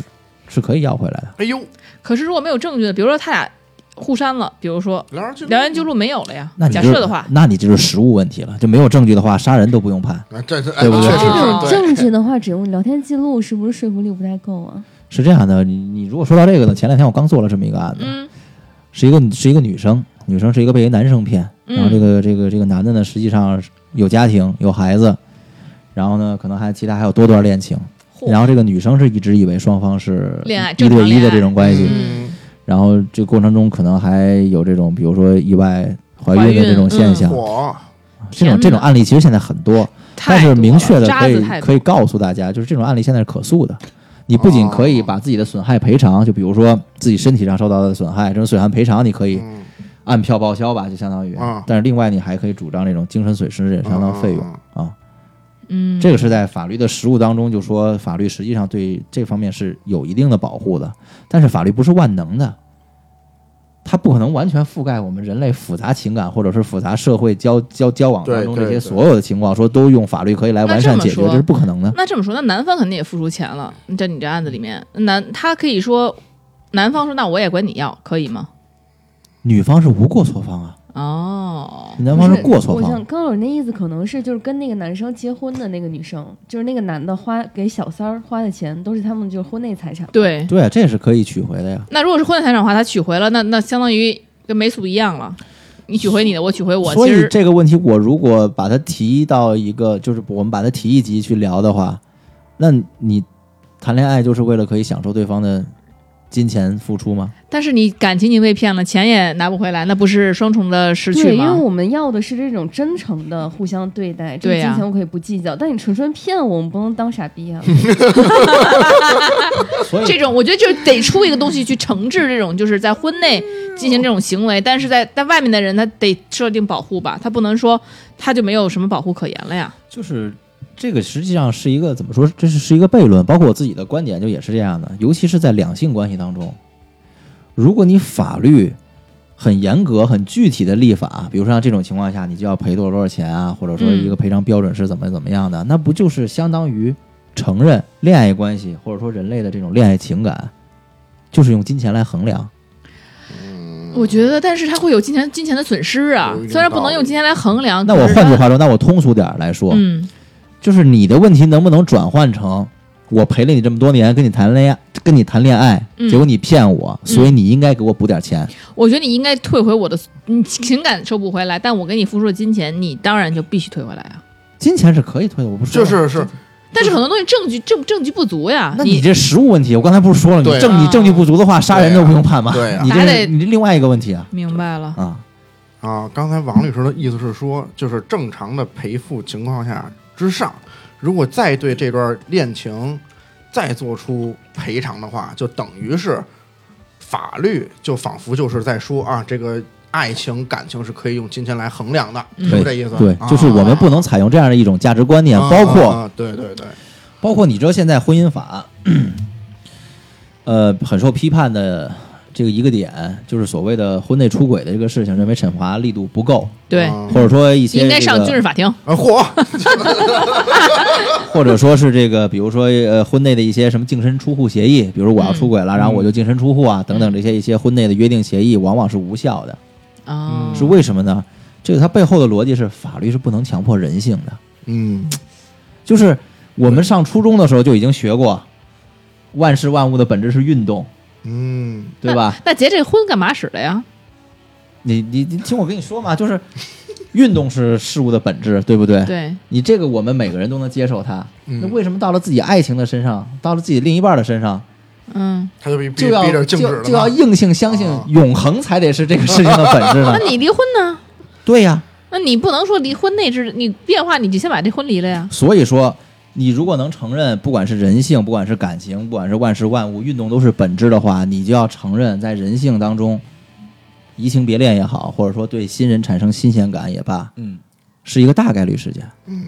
C: 是可以要回来的。
D: 哎呦，
B: 可是如果没有证据的，比如说他俩互删了，比如说
D: 聊天记录，
B: 聊天记录没有了呀
C: 那，你
B: 假
C: 就
B: 设的话，
C: 那你这就是实物问题了，就没有证据的话，杀人都不用判。
D: 啊，这这哎
C: 对不对
D: 确
E: 这
D: 实
B: 啊
E: 种
D: 是对嗯
E: 证据的话，只用聊天记录，是不是说服力不太够啊？
C: 是这样的，你你如果说到这个呢，前两天我刚做了这么一个案子，
B: 嗯
C: 是一个是一个女生，女生是一个被一个男生骗，
B: 嗯
C: 然后这个这个这个男的呢，实际上有家庭有孩子，然后呢，可能还其他还有多段恋情，
B: 嚯
C: 然后这个女生是一直以为双方是
B: 恋爱
C: 一
B: 正常
C: 对一的
B: 恋爱
C: 这种关系，
B: 嗯
C: 然后这个过程中可能还有这种比如说意外怀
B: 怀
C: 孕
B: 孕嗯
C: 的这种现
D: 嗯
C: 象，
D: 我
C: 这
B: 天
C: 种
B: 哪
C: 这种案例其实现在很多，
B: 太
C: 但
B: 多
C: 是明
B: 了
C: 确的
B: 渣
C: 可
B: 子
C: 以
B: 太多
C: 可以告诉大家，就是这种案例现在是可诉的，你不仅可以把自己的损害赔偿，就比如说自己身体上受到的损害，这种损害赔偿你可以
D: 嗯
C: 按票报销吧，就相当于
D: 啊。
C: 但是另外你还可以主张这种精神损失这种相当费用
D: 啊
C: 啊。
B: 嗯，
C: 这个是在法律的实务当中，就说法律实际上对这方面是有一定的保护的，但是法律不是万能的，它不可能完全覆盖我们人类复杂情感或者是复杂社会交交交往当中
D: 对
C: 这
D: 对对
C: 些所有的情况，说都用法律可以来完善解
B: 那
C: 决，
B: 这么说
C: 这是不可能的。
B: 那这么说，那男方肯定也付出钱了，在你这案子里面，男他可以说，男方说那我也管你要，可以吗？
C: 女方是无过错方啊，
B: 哦，
C: 男方
E: 不
C: 是过错
E: 我想
C: 方，啊
E: 刚老师那意思可能是就是跟那个男生结婚的那个女生，就是那个男的花给小三儿花的钱都是他们就是婚内财产。
B: 对。
C: 对，这是可以取回的呀。
B: 那如果是婚外财产的话，他取回了，那那相当于跟没诉一样了，你取回你的，我取回我，
C: 所
B: 其
C: 以
B: 实
C: 这个问题，我如果把它提到一个，就是我们把它提一级去聊的话，那你谈恋爱就是为了可以享受对方的金钱付出吗？
B: 但是你感情你被骗了，钱也拿不回来，那不是双重的失去
E: 对，因为
B: 吗？
E: 我们要的是这种真诚的互相对待，这个
B: 对呀
E: 金钱我可以不计较，但你纯纯骗我，我们不能当傻 逼啊！
C: 所以
B: 这种我觉得就得出一个东西去惩治这种就是在婚内进行这种行为，但是在在外面的人他得设定保护吧，他不能说他就没有什么保护可言了呀。
C: 就是这个实际上是一个怎么说？这是是一个悖论，包括我自己的观点就也是这样的，尤其是在两性关系当中，如果你法律很严格、很具体的立法，比如说像这种情况下，你就要赔多少多少钱啊，或者说
B: 嗯
C: 一个赔偿标准是怎么怎么样的，那不就是相当于承认恋爱关系或者说人类的这种恋爱情感，就是用金钱来
B: 嗯
C: 衡量？
B: 我觉得，但是他会有金钱金钱的损失啊
D: 有一，定
B: 虽然不
D: 道
B: 能
D: 理
B: 用金钱来衡量。
C: 那我
B: 可是
C: 换句话说，那我通俗点儿来说，
B: 嗯，
C: 就是你的问题能不能转换成我陪了你这么多年，跟你谈恋爱，跟你谈恋爱，
B: 嗯
C: 结果你骗我，所以你应该给我补点钱。
B: 我觉得你应该退回我的，你情感收不回来，但我给你付出的金钱，你当然就必须退回来啊。
C: 金钱是可以退的，我不说
D: 就是
C: 了。
D: 是，
B: 但是很多东西证据证证据不足呀，
C: 那你这实物问题，我刚才不是说了，
D: 对
C: 你证你
B: 啊
C: 证据不足的话，杀人都不用判吗？
D: 对啊
C: 你
B: 还
C: 这
B: 得
C: 是你这另外一个问题啊
B: 明白了。
C: 啊！
D: 啊，刚才王律师的意思是说，就是正常的赔付情况下之上，如果再对这段恋情再做出赔偿的话，就等于是法律就仿佛就是在说啊，这个爱情感情是可以用金钱来衡量的，
B: 嗯
D: 是不是这意思？
C: 对
D: 啊，
C: 就是我们不能采用这样的一种价值观念，
D: 啊
C: 包括
D: 啊对对对，
C: 包括你知道现在婚姻法，呃，很受批判的这个一个点，就是所谓的婚内出轨的这个事情，认为惩罚力度不够，
B: 对，
D: 啊
C: 或者说一些、这
B: 应
C: 个、
B: 该上军事法庭。
D: 啊，嚯，
C: 或者说是这个，比如说呃，婚内的一些什么净身出户协议， 比如我要出轨了，然后我就净身出户啊，
B: 嗯
C: 等等这些一些婚内的约定协议，往往是无效的，
B: 哦，
C: 是为什么呢？这个它背后的逻辑是，法律是不能强迫人性的，
D: 嗯，
C: 就是我们上初中的时候就已经学过，万事万物的本质是运动，
D: 嗯，
C: 对吧？
B: 那结这婚干嘛使的呀？
C: 你你你听我跟你说嘛，就是运动是事物的本质，对不对？
B: 对，
C: 你这个我们每个人都能接受它，
D: 嗯
C: 那为什么到了自己爱情的身上，到了自己另一半的身上？
B: 嗯，
D: 他就比比
C: 就要
D: 逼着静止
C: 就
D: 了哦
C: 就要
D: 嘛
C: 硬性相信永恒才得是这个事情的本质呢
B: 那。你离婚呢？
C: 对呀、
B: 那你不能说离婚那制，你变化你就先把这婚离了呀。
C: 所以说你如果能承认，不管是人性，不管是感情，不管是万事万物，运动都是本质的话，你就要承认在人性当中，移情别恋也好，或者说对新人产生新鲜感也罢，
F: 嗯，
C: 是一个大概率事件。嗯，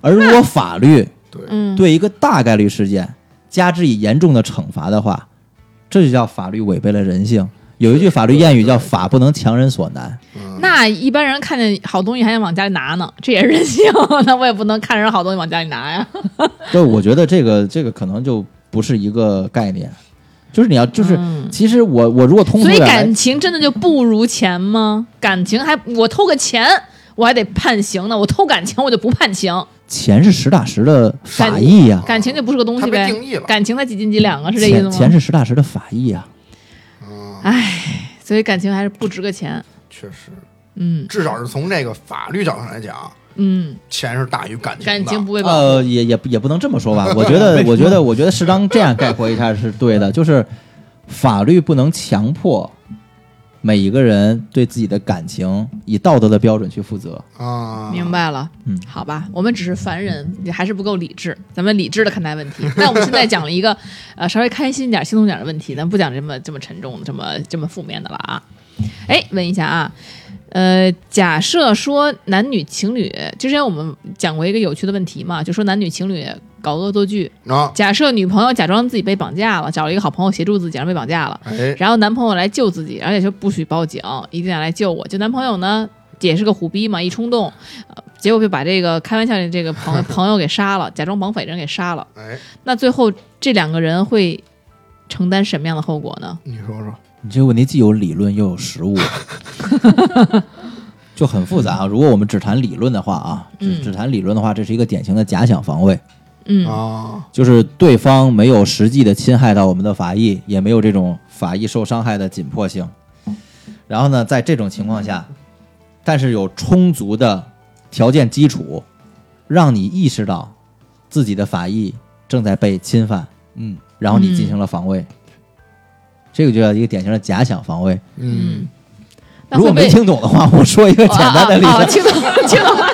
C: 而如果法律
B: 嗯，
C: 对一个大概率事件加之以严重的惩罚的话，这就叫法律违背了人性。有一句法律谚语叫“法不能强人所难”，
B: 那一般人看见好东西还想往家里拿呢，这也是人性。 那我也不能看人好东西往家里拿呀。
C: 对，我觉得这个这个可能就不是一个概念，就是你要就是，
B: 嗯
C: 其实我我如果通俗
B: 所以
C: 点来
B: 感，情真的就不如钱吗？感情还我偷个钱我还得判刑呢，我偷感情我就不判刑，
C: 啊钱是实打实的法
B: 感
C: 益呀、
B: 感情就不是个东
D: 它
B: 西
D: 被
B: 呗
D: 定。义了，
B: 感情才几斤几两啊，是这意思吗？
C: 钱钱是实打实的法益呀、
B: 所以感情还是不值个钱。
D: 确实，
B: 嗯
D: 至少是从这个法律角度上来讲，
B: 嗯，
D: 钱是大于感情的，
B: 感情不被保护。
C: 呃，也也不也不能这么说吧，我觉得我觉得我觉得适当这样概括一下是对的，就是法律不能强迫每一个人对自己的感情以道德的标准去负责。
D: 啊，
B: 明白了，
C: 嗯
B: 好吧，我们只是凡人，也还是不够理智，咱们理智的看待问题。 那我们现在讲了一个，呃，稍微开心点、轻松点的问题，咱不讲这么这么沉重的、这么这么负面的了啊。哎，问一下啊，呃，假设说男女情侣，之前我们讲过一个有趣的问题嘛，就说男女情侣搞恶作剧，
D: 啊，
B: 假设女朋友假装自己被绑架了，找了一个好朋友协助自己，假装被绑架了，
D: 哎，
B: 然后男朋友来救自己，而且就不许报警，一定要来救我。就男朋友呢，也是个虎逼嘛，一冲动，呃结果就把这个开玩笑的这个朋友朋友给杀了，假装绑匪的人给杀了。
D: 哎，
B: 那最后这两个人会承担什么样的后果呢？
D: 你说说，
C: 你这个问题既有理论又有实物， 就很复杂啊。如果我们只谈理论的话啊，只
B: 嗯
C: 只谈理论的话，这是一个典型的假想防卫，
B: 嗯，
D: 啊，
C: 就是对方没有实际的侵害到我们的法益，也没有这种法益受伤害的紧迫性。然后呢，在这种情况下，但是有充足的条件基础，让你意识到自己的法益正在被侵犯，
F: 嗯，
C: 然后你进行了防卫。这个就叫一个典型的假想防卫。
D: 嗯，
B: 那
C: 如
B: 会
C: 果
B: 被
C: 没听懂的话，我说一个简单的例
B: 哦哦哦
C: 子。
B: 听懂了，听懂了。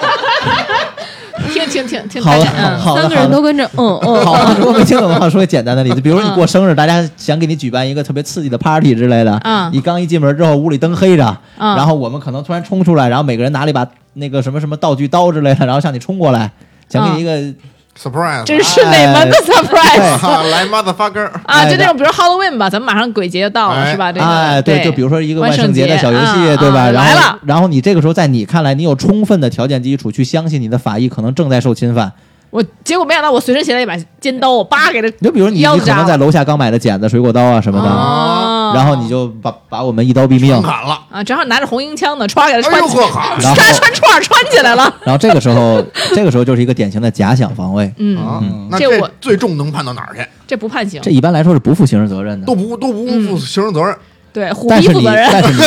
B: 听听听听，
C: 好
B: 大
C: 了，
B: 家嗯，
C: 好了，
E: 三个人
C: 好了
E: 都跟着，嗯
B: 哦
E: 嗯，
C: 好了。如果没听懂的话，说个简单的例子，比如说你
B: 嗯
C: 过生日，大家想给你举办一个特别刺激的 party 之类的，
B: 嗯
C: 你刚一进门之后，屋里灯黑着，
B: 嗯
C: 然后我们可能突然冲出来，然后每个人拿了一把那个什么什么道具刀之类的，然后向你冲过来，想给你一
B: 嗯
C: 个
D: surprise，
B: 这是哪门的 surprise
D: 啊，来 motherfucker，
B: 啊？就那种，比如 Halloween 吧，咱们马上鬼节就到了，
D: 哎
B: 是吧？这个，
C: 哎，
B: 对，
C: 就比如说一个万
B: 万
C: 圣
B: 圣
C: 节的小游戏，
B: 啊
C: 对吧？
B: 啊
C: 然
B: 来
C: 后
B: 了，
C: 然后你这个时候在你看来，你有充分的条件基础去相信你的法益可能正在受侵犯，
B: 我结果没想到，我随身携带一把尖刀，我叭给他
C: 你就比如你
B: 腰
C: 你
B: 子
C: 可能
B: 扎
C: 在楼下刚买的剪子、水果刀啊什么的，
B: 哦
C: 然后你就把把我们一刀毙命。
D: 砍了，
B: 啊，正好拿着红缨枪呢，歘给他
D: 哎
B: 穿
D: 呦
B: 起，
D: 呵好，
C: 然后
B: 穿穿串儿穿起来了。
C: 然后这个时候，这个时候就是一个典型的假想防卫，
B: 嗯，
D: 啊，那
B: 这
D: 这
B: 我嗯
D: 最重能判到哪儿去？
B: 这不判刑
C: 这，一般来说是不负刑事责任的
D: 都。不都不
B: 嗯
D: 负刑事责任，
B: 对，虎
C: 但
B: 逼
C: 是
B: 负
C: 你，
B: 责任。
C: 但是你，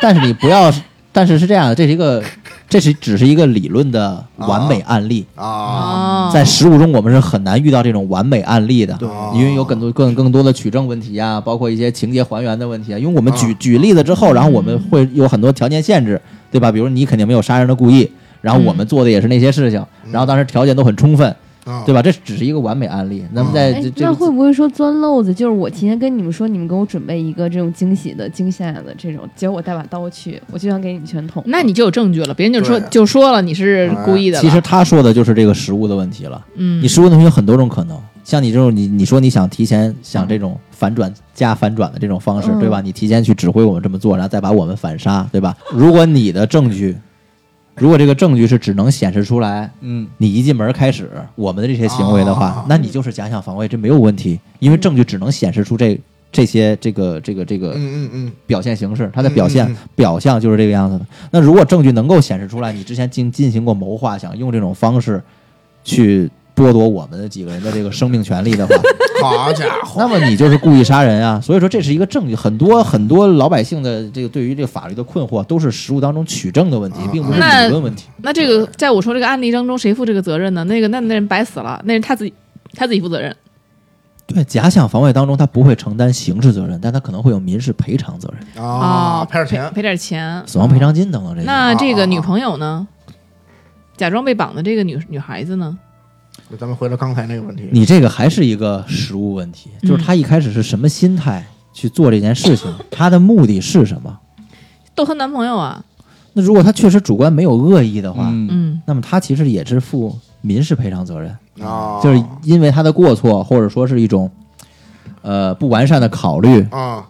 C: 但是你不要，但是是这样的，这是一个，这是只是一个理论的完美案例。
D: 啊，
B: 哦，
C: 在实务中，我们是很难遇到这种完美案例的，因为有更多更更多的取证问题啊，包括一些情节还原的问题啊。因为我们举、
D: 啊
C: 举例子之后，然后我们会有很多条件限制，对吧？比如你肯定没有杀人的故意，然后我们做的也是那些事情，然后当时条件都很充分，
D: 啊
B: 嗯
C: 对吧？这只是一个完美案例。那么在
E: 哎
C: 这，这
E: 那
C: 个
E: 会不会说钻漏子？就是我提前跟你们说，你们给我准备一个这种惊喜的、惊吓的这种，结果我带把刀去，我就想给你们全捅。
B: 那你就有证据了，别人就说
D: 对
B: 就说了你是故意的了。
C: 哎其实他说的就是这个食物的问题了。
B: 嗯，
C: 你食物的问题有很多种可能，像你这种，你你说你想提前想这种反转加反转的这种方式，
E: 嗯
C: 对吧？你提前去指挥我们这么做，然后再把我们反杀，对吧？如果你的证据，如果这个证据是只能显示出来
F: 嗯，
C: 你一进门开始我们的这些行为的话，
D: 啊
C: 那你就是假想防卫，这没有问题，因为证据只能显示出这这些这个这个这个
D: 嗯嗯嗯，
C: 表现形式，它的表现、
D: 嗯嗯
C: 表象就是这个样子的。那如果证据能够显示出来，你之前进进行过谋划，想用这种方式去剥夺我们的几个人的这个生命权利的 话，
D: 好家伙，
C: 那么你就是故意杀人啊。所以说这是一个证据，很多很多老百姓的这个对于这个法律的困惑，都是实务当中取证的问题
D: 啊，
C: 并不是
B: 那
C: 理论问题。
B: 那这个在我说这个案例当中，谁负这个责任呢？那个那那人白死了，那是他自己他自己负责任。
C: 对，假想防卫当中，他不会承担刑事责任，但他可能会有民事赔偿责 任、
B: 哦
D: 啊，赔点钱
B: 赔点钱，嗯
C: 死亡赔偿金等等这些。
B: 那这
D: 啊啊
B: 个
D: 啊
B: 女朋友呢？假装被绑的这个女女孩子呢？
D: 咱们回到刚才那个问题，
C: 你这个还是一个实物问题，
B: 嗯
C: 就是他一开始是什么心态去做这件事情， 他的目的是什么？
B: 逗她男朋友啊？
C: 那如果他确实主观没有恶意的话，
F: 嗯，
B: 嗯
C: 那么他其实也是负民事赔偿责任，
D: 啊，
C: 就是因为他的过错或者说是一种呃不完善的考虑，
D: 啊，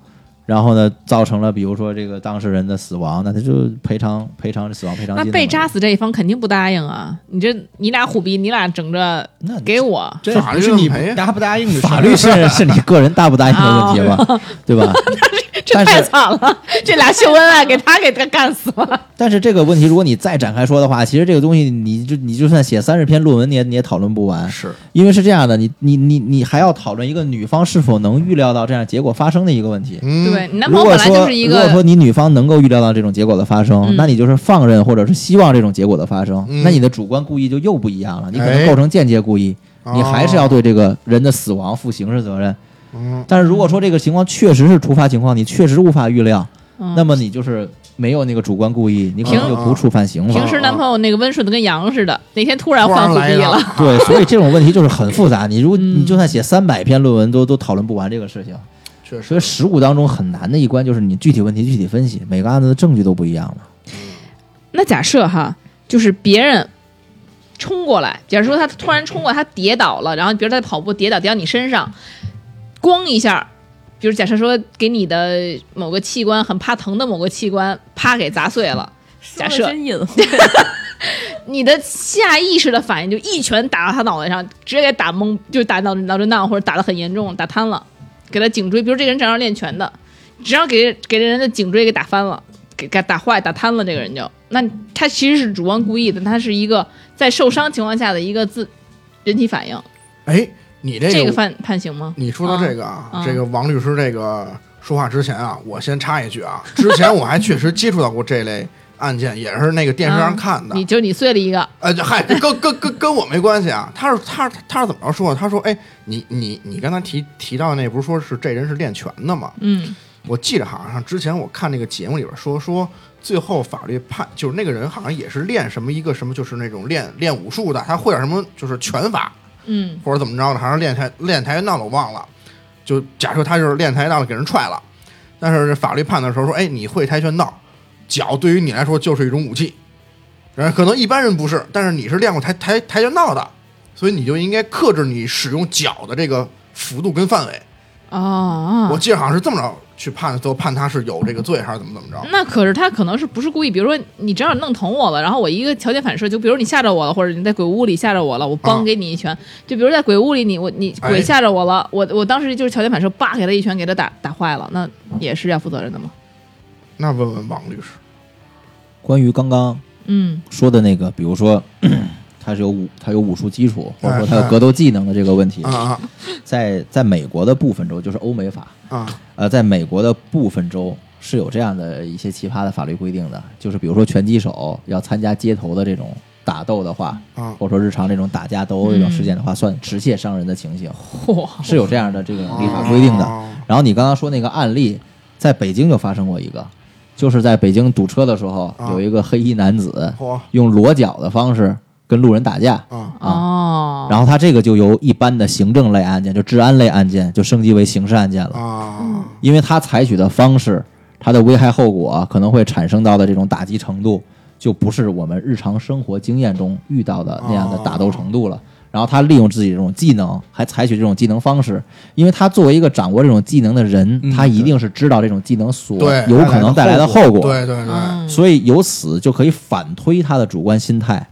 C: 然后呢造成了比如说这个当事人的死亡，那他就赔偿赔偿死亡赔偿
B: 那
C: 金。
B: 被扎，死这一方肯定不答应啊！你这你俩虎逼，你俩整着
C: 那你
B: 给我，
F: 这
D: 法
F: 不
D: 律
F: 是
D: 怎么
F: 你
D: 赔呀
F: 答不答应的事儿
C: 法律是是你个人答不答应的问题
B: 哦
C: 嘛，对吧？
B: 这
C: 但
B: 太
C: 是
B: 惨了！这俩秀恩爱给他给他干死了。
C: 但是这个问题，如果你再展开说的话，其实这个东西你就你就算写三十篇论文，你也你也讨论不完，
D: 是
C: 因为是这样的，你你你你还要讨论一个女方是否能预料到这样结果发生的一个问题。
D: 嗯，
B: 对，你男
C: 如
B: 朋友
C: 果
B: 本来
C: 说
B: 就是一
C: 如果说
B: 个
C: 你女方能够预料到这种结果的发生，
B: 嗯
C: 那你就是放任或者是希望这种结果的发生，
D: 嗯
C: 那你的主观故意就又不一样了，你可
D: 哎
C: 能构成间接故意，
D: 哦
C: 你还是要对这个人的死亡负刑事责任。
D: 嗯，
C: 但是如果说这个情况确实是突发情况，你确实无法预料，
B: 嗯
C: 那么你就是没有那个主观故意，你可
B: 平
C: 能就不触犯刑
B: 平
C: 法。
B: 时男朋友那个温顺的跟羊似的，哪天突然
D: 突
B: 换
D: 然
B: 虎
D: 来
B: 逼
D: 一
B: 了，
D: 个，
C: 对，所以这种问题就是很复杂。你如果
B: 嗯
C: 你就算写三百篇论文都都讨论不完这个事情，
D: 确
C: 所以
D: 实，
C: 实务当中很难的一关就是你具体问题具体分析，每个案子的证据都不一样嘛。
B: 那假设哈，就是别人冲过来，假如说他突然冲过来，他跌倒了，然后比如他跑步跌倒跌到你身上，咣一下，比如假设说给你的某个器官很怕疼的某个器官啪给砸碎了，假设
E: 说得真隐晦，
B: 你的下意识的反应就一拳打到他脑袋上，直接给打懵，就打脑脑震荡或者打得很严重，打瘫了，给他颈椎，比如这个人正常练拳的，只要给给这人的颈椎给打翻了，给给打坏、打瘫了，这个人就那他其实是主观故意的，他是一个在受伤情况下的一个自人体反应，
D: 哎，你这
B: 这个判判刑吗？
D: 你说到这个啊，
B: 啊
D: 这个王律师这个说话之前啊，我先插一句啊，之前我还确实接触到过这类案件，也是那个电视上看的
B: 你。就你碎了一个，
D: 呃，这嗨，这跟跟跟跟我没关系啊。他是他是他是怎么着说的？他说，哎，你你你刚才提提到那不是说是这人是练拳的吗？
B: 嗯
D: 我记得好像之前我看那个节目里边说说，最后法律判就是那个人好像也是练什么一个什么，就是那种练练武术的，他会点什么就是拳法
B: 嗯
D: 或者怎么着的，好像练跆练跆拳道了，我忘了。就假设他就是练跆拳道的给人踹了，但是这法律判的时候说，哎，你会跆拳道，脚对于你来说就是一种武器，然后可能一般人不是，但是你是练过跆跆跆拳道的，所以你就应该克制你使用脚的这个幅度跟范围。
B: 哦啊
D: 我记得好像是这么着去判的，最后判他是有这个罪还是怎么怎么着？
B: 那可是他可能是不是故意？比如说你正好弄疼我了，然后我一个条件反射，就比如你吓着我了，或者你在鬼屋里吓着我了，我
D: 啊
B: 梆给你一拳。就比如在鬼屋里你我你
D: 哎
B: 鬼吓着我了，我我当时就是条件反射，叭给他一拳，给他打打坏了，那也是要负责任的嘛。
D: 那问问王律师，
C: 关于刚刚
B: 嗯
C: 说的那个，比如说 他是有武他有武术基础，或者说他
D: 哎哎
C: 有格斗技能的这个问题，
D: 啊
C: 在在美国的部分州，就是欧美法，
D: 啊啊！
C: 呃，在美国的部分州是有这样的一些奇葩的法律规定的，就是比如说拳击手要参加街头的这种打斗的话，
D: 啊
C: 或者说日常这种打架斗殴这种事件的话，算持械伤人的情形，
B: 嚯，
C: 是有这样的这种立法规定的。
D: 哦
C: 然后你刚刚说那个案例，在北京就发生过一个，就是在北京堵车的时候，
D: 啊哦
C: 有一个黑衣男子
D: 嚯
C: 用裸脚的方式跟路人打架，
D: 啊！
B: 哦，
C: 然后他这个就由一般的行政类案件，就治安类案件，就升级为刑事案件了。
D: 啊，
B: 嗯
C: 因为他采取的方式，它的危害后果、可能会产生到的这种打击程度，就不是我们日常生活经验中遇到的那样的打斗程度了。然后他利用自己这种技能，还采取这种技能方式，因为他作为一个掌握这种技能的人，
F: 嗯
C: 他一定是知道这种技能所
D: 对
C: 有可能带来的后果，
D: 对对对，
B: 嗯
C: 所以由此就可以反推他的主观心态。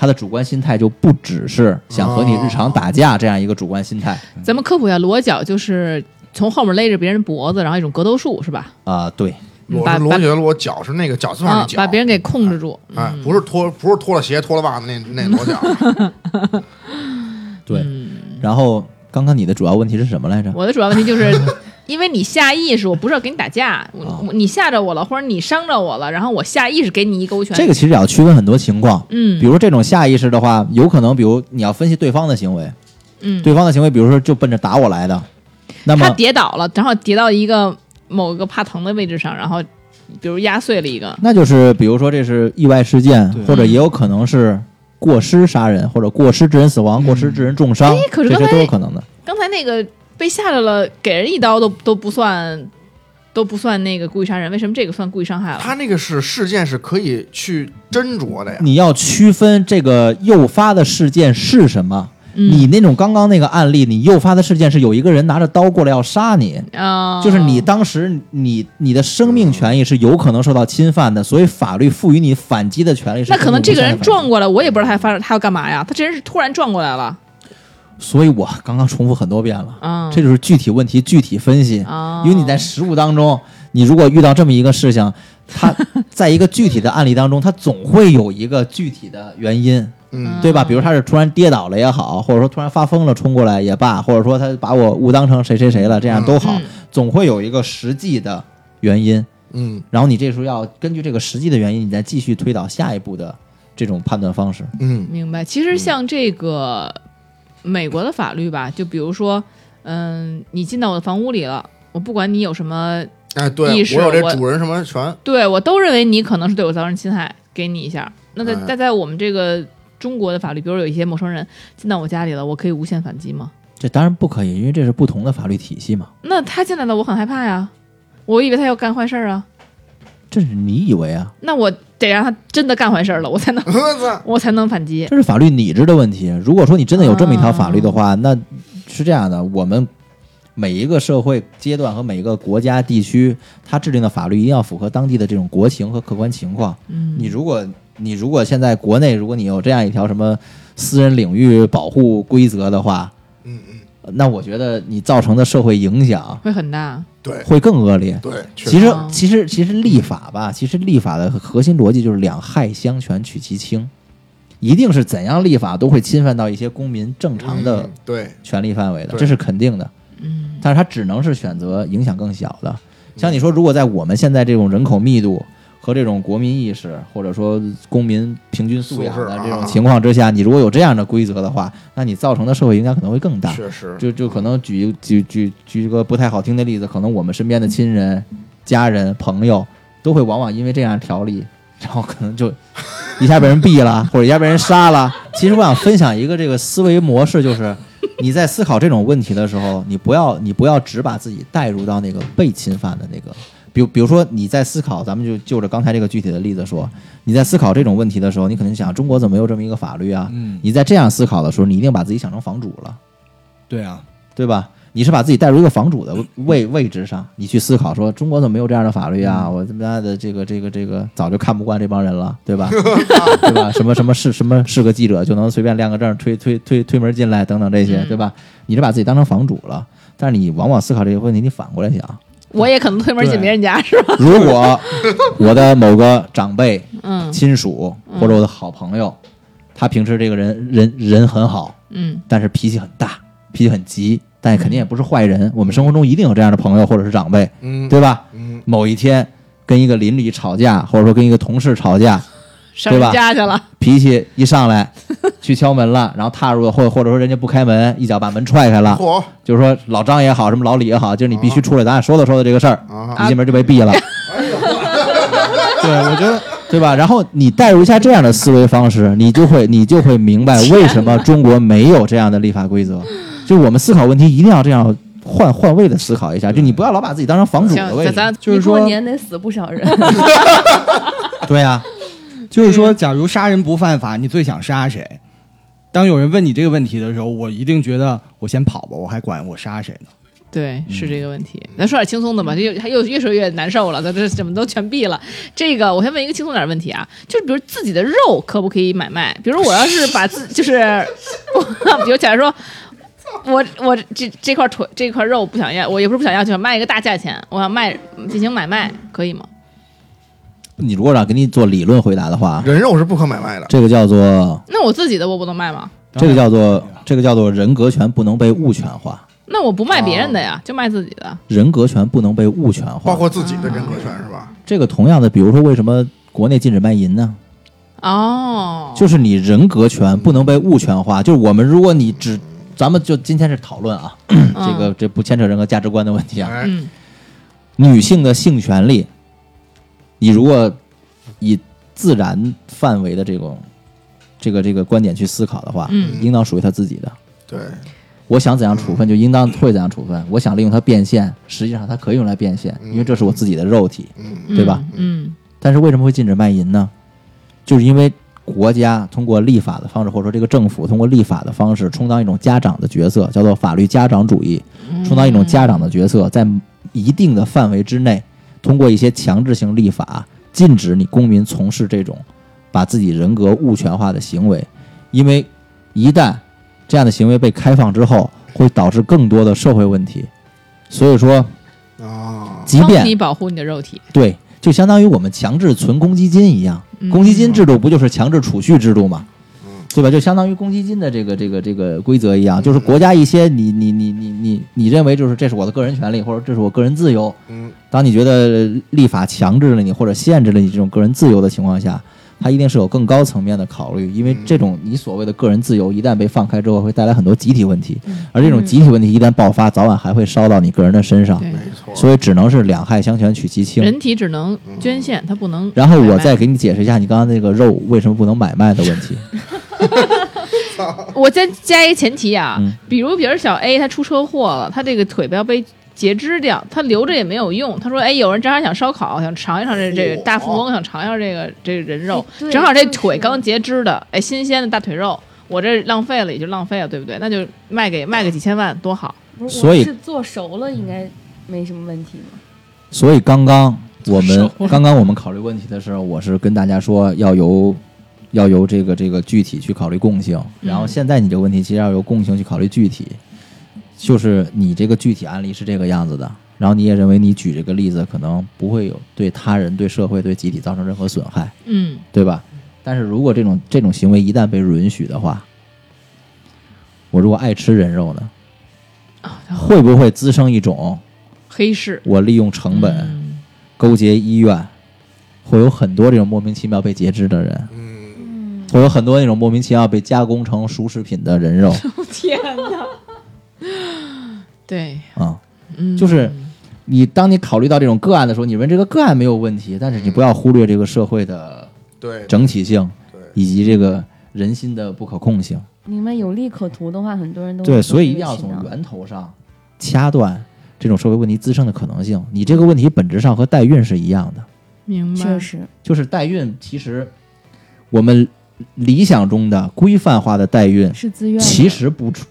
C: 他的主观心态就不只是想和你日常打架这样一个主观心态
B: 咱们科普一下，裸脚就是从后面勒着别人脖子，然后一种格斗术是吧？
C: 啊、对，
B: 嗯
D: 我
B: 把
D: 是
B: 把
D: 罗觉得我脚是那个脚字旁
B: 啊
D: 那脚，
B: 把别人给控制住。
D: 哎
B: 嗯，
D: 不是脱不是脱了鞋脱了袜子那那裸 脚，
C: 对。
B: 嗯
C: 然后刚刚你的主要问题是什么来着？
B: 我的主要问题就是，因为你下意识，我不是要跟你打架，我
C: 啊
B: 我你吓着我了，或者你伤着我了，然后我下意识给你一勾拳。
C: 这个其实也要区分很多情况，
B: 嗯，
C: 比如这种下意识的话，有可能，比如你要分析对方的行为，
B: 嗯，
C: 对方的行为，比如说就奔着打我来的，那
B: 他
C: 么
B: 跌倒了，然后跌到一个某个怕疼的位置上，然后比如压碎了一个，
C: 那就是比如说这是意外事件
F: 对，
C: 或者也有可能是过失杀人，或者过失致人死亡、过失致人重伤
B: 哎，可
C: 这
B: 是
C: 些
B: 刚才
C: 都有可能的。
B: 刚才那个被吓着了，给人一刀都都不算。都不算那个故意杀人，为什么这个算故意伤害
D: 他
B: 了？
D: 那个是事件是可以去斟酌的呀。
C: 你要区分这个诱发的事件是什么。
B: 嗯
C: 你那种刚刚那个案例，你诱发的事件是有一个人拿着刀过来要杀你，
B: 啊、
C: 就是你当时你你的生命权益是有可能受到侵犯的，所以法律赋予你反击的权利是
B: 那可能这个人
C: 无限的反
B: 撞过来，我也不知道他发他要干嘛呀？他真是突然撞过来了
C: 击，所以我刚刚重复很多遍了，
B: 啊！
C: 这就是具体问题具体分析，
B: 啊，
C: 因为你在实务当中，你如果遇到这么一个事情，它在一个具体的案例当中，它总会有一个具体的原因。
D: 嗯，
C: 对吧？比如他是突然跌倒了也好，或者说突然发疯了冲过来也罢，或者说他把我误当成谁谁谁了，这样都好
B: 嗯，
C: 总会有一个实际的原因。
D: 嗯
C: 然后你这时候要根据这个实际的原因，你再继续推导下一步的这种判断方式。
D: 嗯
B: 明白。其实像这个美国的法律吧，就比如说，嗯，你进到我的房屋里了，我不管你有什么，
D: 哎，对
B: 意识
D: 我有这
B: 我
D: 主人什么权？
B: 对我都认为你可能是对我造成侵害，给你一下。那在
D: 哎
B: 但在我们这个中国的法律，比如有一些陌生人进到我家里了，我可以无限反击吗？
C: 这当然不可以，因为这是不同的法律体系嘛。
B: 那他进来了，我很害怕呀，我以为他要干坏事儿啊，
C: 这是你以为啊？
B: 那我得让他真的干坏事儿了，我才能
D: 我操！
B: 我才能反击。
C: 这是法律拟制的问题。如果说你真的有这么一条法律的话，那是这样的，我们每一个社会阶段和每一个国家地区，它制定的法律一定要符合当地的这种国情和客观情况。
B: 嗯，
C: 你如果你如果现在国内，如果你有这样一条什么私人领域保护规则的话，
D: 嗯嗯，
C: 那我觉得你造成的社会影响
B: 会很大。
D: 对
C: 会更恶劣。
D: 对，确
C: 其
D: 实
C: 实
B: 哦，
C: 其实，其实立法吧，其实立法的核心逻辑就是两害相权取其轻，一定是怎样立法都会侵犯到一些公民正常的
D: 嗯对
C: 权利范围的，
D: 对
C: 这是肯定的。
B: 嗯，
C: 但是它只能是选择影响更小
D: 嗯
C: 的。像你说，如果在我们现在这种人口密度和这种国民意识，或者说公民平均素养
D: 素质
C: 的
D: 啊
C: 这种情况之下，你如果有这样的规则的话，那你造成的社会影响可能会更大。
D: 确实
C: 就就可能举举举举一个不太好听的例子，可能我们身边的亲人、家人、朋友都会往往因为这样的条例，然后可能就一下被人毙了，或者一下被人杀了。其实我想分享一个这个思维模式，就是你在思考这种问题的时候，你不要你不要只把自己带入到那个被侵犯的那个。比如，比如说你在思考，咱们就就着刚才这个具体的例子说，你在思考这种问题的时候，你可能想中国怎么没有这么一个法律啊？
F: 嗯，
C: 你在这样思考的时候，你一定把自己想成房主了。
F: 对啊，
C: 对吧？你是把自己带入一个房主的位位置上，你去思考说中国怎么没有这样的法律啊？我他妈的这个这个这个早就看不惯这帮人了，对吧？对吧？什么什么是什么是个记者就能随便亮个证推推推推门进来等等这些，
B: 嗯
C: 对吧？你是把自己当成房主了，但是你往往思考这个问题，你反过来想，
B: 我也可能推门进别人家，是吧？
C: 如果我的某个长辈、
B: 嗯
C: 亲属或者我的好朋友，他平时这个人人人很好，
B: 嗯
C: 但是脾气很大，脾气很急，但肯定也不是坏人。我们生活中一定有这样的朋友或者是长辈，
D: 嗯
C: 对吧？
D: 嗯，
C: 某一天跟一个邻里吵架，或者说跟一个同事吵架，
B: 上人家去了，
C: 脾气一上来去敲门了，然后踏入或或者说人家不开门，一脚把门踹开了，
D: 嚯
C: 就是说老张也好，什么老李也好，就是你必须出来，咱俩说道说道这个事儿，
D: 啊！
C: 一进门就被毙了。 对，我觉得。对吧？然后你带入一下这样的思维方式，你就会你就会明白为什么中国没有这样的立法规则。就我们思考问题一定要这样换换位的思考一下，就你不要老把自己当成房主
B: 行
C: 的位，置。
B: 咱
F: 就是
E: 你过
F: 说，
E: 年得死不少人，
C: 对啊呀、
F: 就是说，假如杀人不犯法，你最想杀谁？当有人问你这个问题的时候，我一定觉得我先跑吧，我还管我杀谁呢？
B: 对，是这个问题。咱说点轻松的
C: 嗯
B: 吧，这又又越说越难受了，咱这怎么都全毙了。这个我先问一个轻松点的问题啊，就是比如自己的肉可不可以买卖？比如我要是把 自就是， 我比如假如说。我我这这块腿这块肉不想要，我也不是不想要，就想卖一个大价钱，我想卖进行买卖，可以吗？
C: 你如果让给你做理论回答的话，
D: 人肉是不可买卖的，
C: 这个叫做
B: 那我自己的我不能卖吗？
C: 这个叫做这个叫做人格权不能被物权化，
B: 那我不卖别人的
C: 哦
B: 呀，就卖自己的。
C: 人格权不能被物权化。
D: 包括自己的人格权是吧？
C: 这个同样的，比如说为什么国内禁止卖淫呢？
B: 哦，
C: 就是你人格权不能被物权化。就是我们，如果你只，咱们就今天是讨论啊，这个这不牵扯任何价值观的问题啊。
D: 哎，
B: 嗯
C: 女性的性权利，你如果以自然范围的这种这个这个观点去思考的话，
B: 嗯
C: 应当属于她自己的。
D: 对，
C: 我想怎样处分就应当会怎样处分，我想利用它变现，实际上它可以用来变现，因为这是我自己的肉体。
D: 嗯，
B: 嗯，
C: 对吧
B: 嗯
C: 但是为什么会禁止卖淫呢？就是因为国家通过立法的方式，或者说这个政府通过立法的方式，充当一种家长的角色，叫做法律家长主义，充当一种家长的角色，在一定的范围之内，通过一些强制性立法，禁止你公民从事这种把自己人格物权化的行为，因为一旦这样的行为被开放之后，会导致更多的社会问题。所以说，
D: 啊，
C: 即便
B: 帮你保护你的肉体，
C: 对，就相当于我们强制存公积金一样，公积金制度不就是强制储蓄制度吗？
D: 嗯
C: 对吧？就相当于公积金的这个这个这个规则一样，就是国家一些你你你你你你认为就是这是我的个人权利，或者这是我个人自由。
D: 嗯，
C: 当你觉得立法强制了你或者限制了你这种个人自由的情况下，它一定是有更高层面的考虑，因为这种你所谓的个人自由一旦被放开之后，会带来很多集体问题，而这种集体问题一旦爆发，早晚还会烧到你个人的身上，
B: 对
D: 没错，
C: 所以只能是两害相权取其轻。
B: 人体只能捐献，它不能买卖。
C: 嗯然后我再给你解释一下你刚刚那个肉为什么不能买卖的问 题。
B: 我先加一个前提啊，
C: 嗯
B: 比如比如小 A 他出车祸了，他这个腿不要被截肢掉，他留着也没有用。他说，哎，有人正好想烧烤，想尝一尝这这
D: 嚯
B: 大富翁想尝一尝这个这个人肉
E: 哎，对
B: 正好这
E: 就是
B: 腿刚截肢的，哎，新鲜的大腿肉，我这浪费了也就浪费了，对不对？那就卖给卖个几千万多好。
E: 不是
C: 所以
E: 我是做熟了应该没什么问题吗？
C: 所以刚刚我
B: 手
C: 们刚刚我们考虑问题的时候，我是跟大家说要由要由这个这个具体去考虑共性，
B: 嗯
C: 然后现在你这个问题其实要由共性去考虑具体，就是你这个具体案例是这个样子的，然后你也认为你举这个例子可能不会有对他人、对社会、对集体造成任何损害，
B: 嗯，
C: 对吧？但是如果这种这种行为一旦被允许的话，我如果爱吃人肉呢，会不会滋生一种
B: 黑市
C: 我利用成本？
B: 嗯
C: 勾结医院，会有很多这种莫名其妙被截肢的人，
D: 嗯，
E: 嗯，
C: 会有很多那种莫名其妙被加工成熟食品的人肉
B: 天哪！对，
C: 啊、
B: 嗯，
C: 就是你当你考虑到这种个案的时候，你认这个个案没有问题，但是你不要忽略这个社会的
D: 对，
C: 整体性
D: 对
C: 以及这个人心的不可控性。
E: 明白有利可图的话，很多人都
C: 对，
E: 会
C: 所以一定
E: 考
C: 要
E: 虑
C: 从
E: 去呢
C: 源头上掐断这种社会问题滋生的可能性。你这个问题本质上和代孕是一样的。
B: 明白，
E: 确实，
C: 就是代孕，其实我们理想中的规范化的代孕，
E: 是自愿的。
C: 其实不出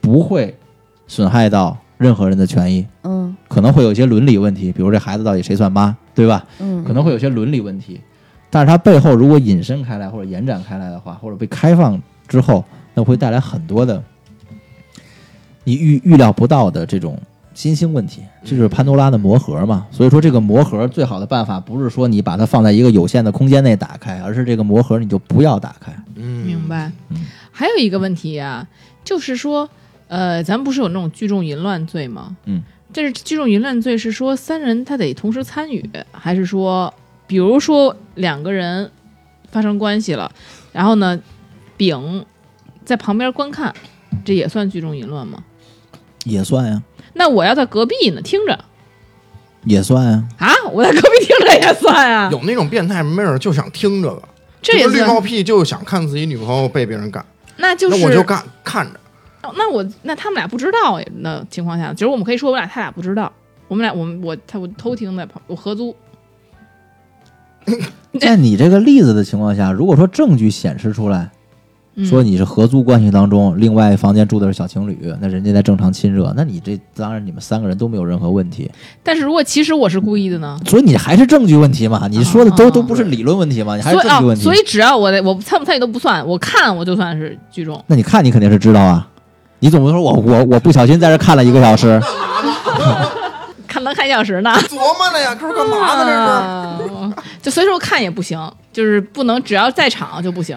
C: 不会损害到任何人的权益，
E: 嗯
C: 可能会有一些伦理问题，比如这孩子到底谁算妈，对吧？
E: 嗯，
C: 可能会有一些伦理问题，但是它背后如果引申开来或者延展开来的话，或者被开放之后，那会带来很多的你预预料不到的这种新兴问题，这就是潘多拉的魔盒嘛。所以说，这个魔盒最好的办法不是说你把它放在一个有限的空间内打开，而是这个魔盒你就不要打开。
D: 嗯
B: 明白
C: 嗯。
B: 还有一个问题啊，就是说，呃，咱们不是有那种聚众淫乱罪吗？
C: 嗯，
B: 这是聚众淫乱罪是说三人他得同时参与，还是说，比如说两个人发生关系了，然后呢，丙在旁边观看，这也算聚众淫乱吗？
C: 也算呀，
B: 那我要在隔壁呢，听着
C: 也算呀。
B: 啊，我在隔壁听着也算啊，
D: 有那种变态，没准就想听这个，
B: 这也
D: 就是绿
B: 算
D: 帽，屁就想看自己女朋友被别人干，
B: 那就是
D: 那我就干看着，
B: 哦那我那他们俩不知道那情况下，其实我们可以说我俩他俩不知道，我们俩我们我他我偷听的，我合租，
C: 在你这个例子的情况下，如果说证据显示出来，
B: 嗯、
C: 说你是合租关系当中，另外房间住的是小情侣，那人家在正常亲热，那你这当然你们三个人都没有任何问题，
B: 但是如果其实我是故意的呢？
C: 所以你还是证据问题嘛？你说的
B: 啊
C: 都都不是理论问题嘛？你还是
B: 所以
C: 证据
B: 哦，
C: 问题
B: 所。以只要我我参不参与都不算，我看我就算是聚众。
C: 那你看，你肯定是知道啊。你总不能说我我我不小心在这看了一个小时，
B: 看能看一小时呢。
D: 琢磨了呀，这是干嘛呢？这是。
B: 啊我就所以说我看也不行，就是不能只要在场就不行。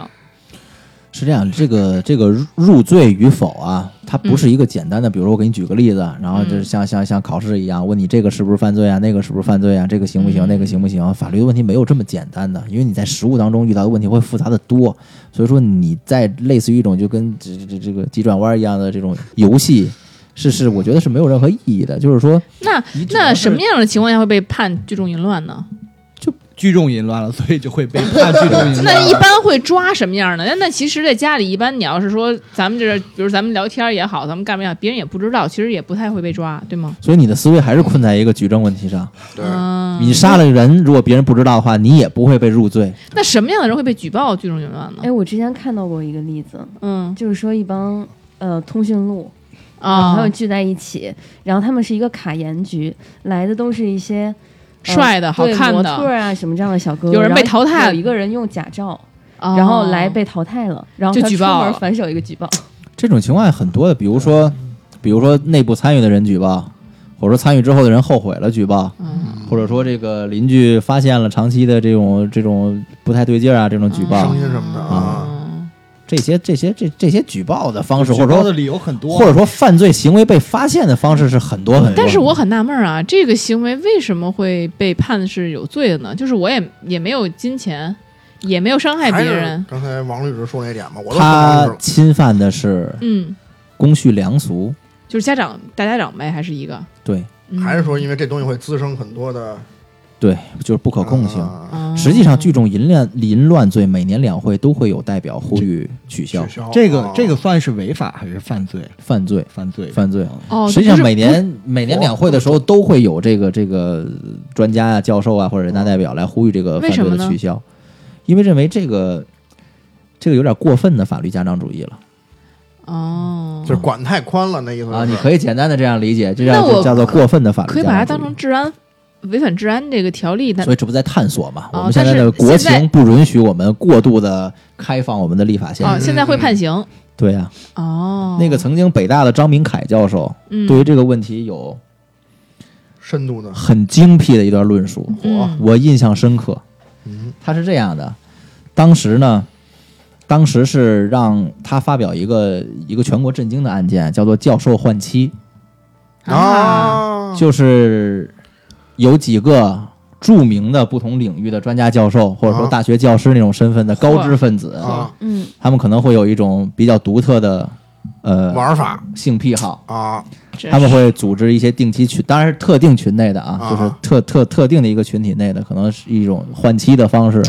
C: 是这样。这个这个入入罪与否啊，它不是一个简单的，比如说我给你举个例子，然后就是像像像考试一样，问你这个是不是犯罪啊，那个是不是犯罪啊，这个行不行，那个行不行？法律的问题没有这么简单的，因为你在实务当中遇到的问题会复杂的多。所以说你在类似于一种就跟这这这这个急转弯一样的这种游戏，是是我觉得是没有任何意义的。就是说，
B: 那
C: 你只能
B: 那
C: 是
B: 什么样的情况下会被判聚众淫乱呢？
F: 聚众淫乱了，所以就会被判聚众淫乱。
B: 那一般会抓什么样的？那那其实，在家里一般，你要是说咱们这，比如咱们聊天也好，咱们干嘛也好，别人也不知道，其实也不太会被抓，对吗？
C: 所以你的思维还是困在一个举证问题上。
D: 对，
B: 嗯，
C: 你杀了人，如果别人不知道的话，你也不会被入罪。
B: 那什么样的人会被举报聚众淫乱呢？
E: 哎，我之前看到过一个例子，
B: 嗯
E: 就是说一帮呃通讯录，然后
B: 啊
E: 他，们聚在一起，然后他们是一个卡颜局，来的都是一些呃
B: 帅的、好
E: 对
B: 看
E: 模
B: 的，
E: 特啊什么这样的小哥哥，
B: 有人被
E: 然后
B: 淘汰了
E: 有一个人用假照，
B: 哦
E: 然后来被淘汰了，然后
B: 就
E: 他
B: 举
E: 出
B: 报
E: 门
B: 了
E: 反手一个举报，
C: 这种情况很多的，比如说，比如说内部参与的人举报，或者说参与之后的人后悔了举报，
B: 嗯
C: 或者说这个邻居发现了长期的这种这种不太对劲儿啊，这种举报
D: 声，音什么的啊，
B: 嗯
C: 这些这些这这些举报的方式，或
F: 举
C: 者
F: 报的
C: 说
F: 理由很多，
C: 或者说犯罪行为被发现的方式是很多很多的。
B: 但是我很纳闷儿啊，这个行为为什么会被判是有罪的呢？就是我也也没有金钱，也没有伤害
D: 还
B: 别
D: 是
B: 人。
D: 刚才王律师说那点嘛，我都说王律
C: 他
D: 师了，
C: 侵犯的是
B: 嗯，
C: 公序良俗，
B: 就是家长大家长呗，还是一个，
C: 对
B: 嗯、
D: 还是说因为这东西会滋生很多的
C: 对，就是不可控性。
D: 啊
B: 哦
C: 实际上，聚众淫乱淫乱罪每年两会都会有代表呼吁取消
D: 取消
F: 这个这个
D: 啊
F: 算是违法还是犯罪？
C: 犯罪。
F: 犯罪，
C: 犯罪，
B: 哦，
C: 实际上
B: 就是
C: 每年每年两会的时候都会有这个这个专家啊、教授啊或者人大代表来呼吁这个
B: 为
C: 犯
B: 什
C: 罪
B: 么
C: 的
B: 呢
C: 取消，因为认为这个这个有点过分的法律家长主义了
B: 哦，
D: 就是管太宽了，那意思
C: 啊！
D: 是
C: 你可以简单的这样理解，这
B: 那
C: 样
B: 我
C: 就叫做过分的法律
B: 可以
C: 家
B: 把它
C: 长
B: 当
C: 主
B: 成治
C: 义
B: 安违反治安这个条例，但
C: 所以这不在探索嘛？
B: 哦
C: 我们现在
B: 但是
C: 的国
B: 现在
C: 情不允许我们过度的开放我们的立法限
B: 哦，
C: 制。
B: 现在会判刑
C: 对呀、
B: 哦，
C: 那个曾经北大的张明凯教授
B: 嗯
C: 对于这个问题有
D: 深度的
C: 很精辟的一段论述，
B: 嗯
C: 我印象深刻。
D: 嗯，
C: 他是这样的，当时呢，当时是让他发表一个一个全国震惊的案件，叫做“教授换妻”，
D: 啊，
C: 就是有几个著名的不同领域的专家教授，或者说
D: 啊
C: 大学教师那种身份的高知分子，
D: 啊
E: 嗯，
C: 他们可能会有一种比较独特的呃
D: 玩法
C: 性癖好。
D: 啊，
B: 这
C: 他们会组织一些定期群，当然是特定群内的啊，
D: 啊
C: 就是特特特定的一个群体内的，可能是一种换妻的方式，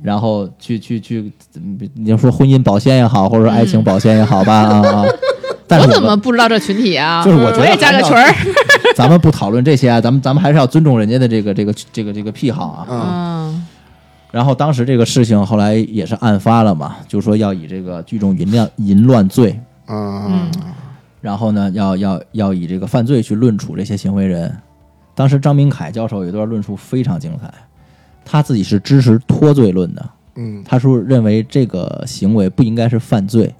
C: 然后去去去，嗯你要说婚姻保鲜也好，或者说爱情保鲜 也好吧啊啊，但是
B: 我
C: 们
B: 怎么不知道这群体啊？
C: 就是我觉得
B: 也加个群儿，
C: 咱们不讨论这些啊，咱们咱们还是要尊重人家的这个这个这个这个癖好啊。
D: 嗯
B: 嗯
C: 然后当时这个事情后来也是案发了嘛，就说要以这个聚众淫乱淫乱罪，
D: 嗯
C: 然后呢，要要要以这个犯罪去论处这些行为人。当时张明凯教授有一段论述非常精彩，他自己是支持脱罪论的，
D: 嗯
C: 他说认为这个行为不应该是犯罪。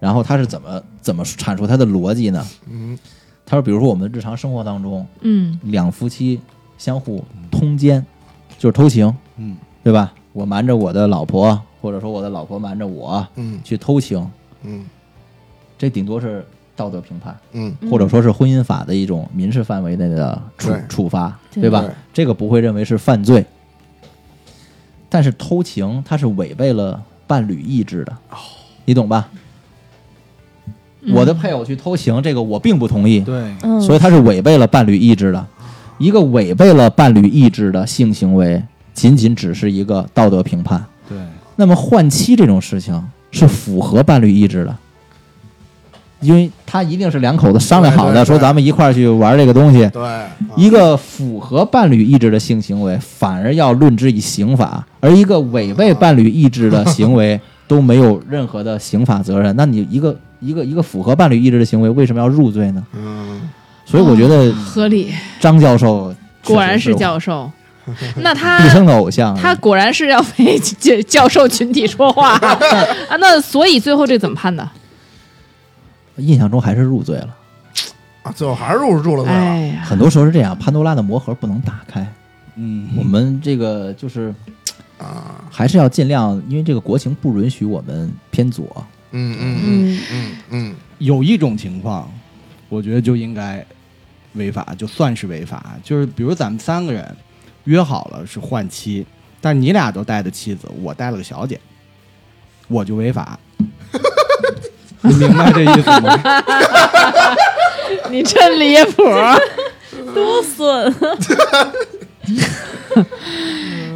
C: 然后他是怎么怎么阐述他的逻辑呢？
D: 嗯
C: 他说，比如说我们日常生活当中，
B: 嗯
C: 两夫妻相互通奸，就是偷情，
F: 嗯，
C: 对吧？我瞒着我的老婆，或者说我的老婆瞒着我
D: 嗯
C: 去偷情，
D: 嗯
C: 这顶多是道德评判。
D: 嗯
B: 嗯
C: 或者说是婚姻法的一种民事范围内的处
D: 对
C: 处罚，
E: 对
C: 对吧？
D: 对
C: 这个不会认为是犯罪，但是偷情它是违背了伴侣意志的，你懂吧？我的配偶去偷情，这个我并不同意，
F: 对，
E: 嗯，
C: 所以它是违背了伴侣意志的。一个违背了伴侣意志的性行为，仅仅只是一个道德评判。
F: 对，
C: 那么换妻这种事情是符合伴侣意志的，因为他一定是两口子商量好
D: 对
C: 的，
D: 对对
C: 说咱们一块儿去玩这个东西。
D: 对啊
C: 一个符合伴侣意志的性行为，反而要论之以刑法；而一个违背伴侣意志的行为都没有任何的刑法责任。那你一个一个一个符合伴侣意志的行为，为什么要入罪呢？
D: 嗯
C: 所以我觉得
B: 合理，
C: 张教授确实
B: 果然
C: 是
B: 是教授。那他
C: 毕生的偶像。啊
B: 他果然是要为教 教授群体说话 啊！那所以最后这怎么判的？
C: 印象中还是入罪了。
D: 啊，最后还是入住了，对吧？
B: 哎呀，
C: 很多时候是这样，潘多拉的魔盒不能打开。我
F: 嗯，
C: 们这个就是
D: 啊，
C: 还是要尽量，因为这个国情不允许我们偏左。
D: 嗯嗯
E: 嗯，
D: 嗯嗯
F: 有一种情况，我觉得就应该违法，就算是违法，就是比如咱们三个人约好了是换妻，但你俩都带的妻子，我带了个小姐，我就 违法。你明白这意思吗？
B: 你真离谱！
E: 多损，
D: 嗯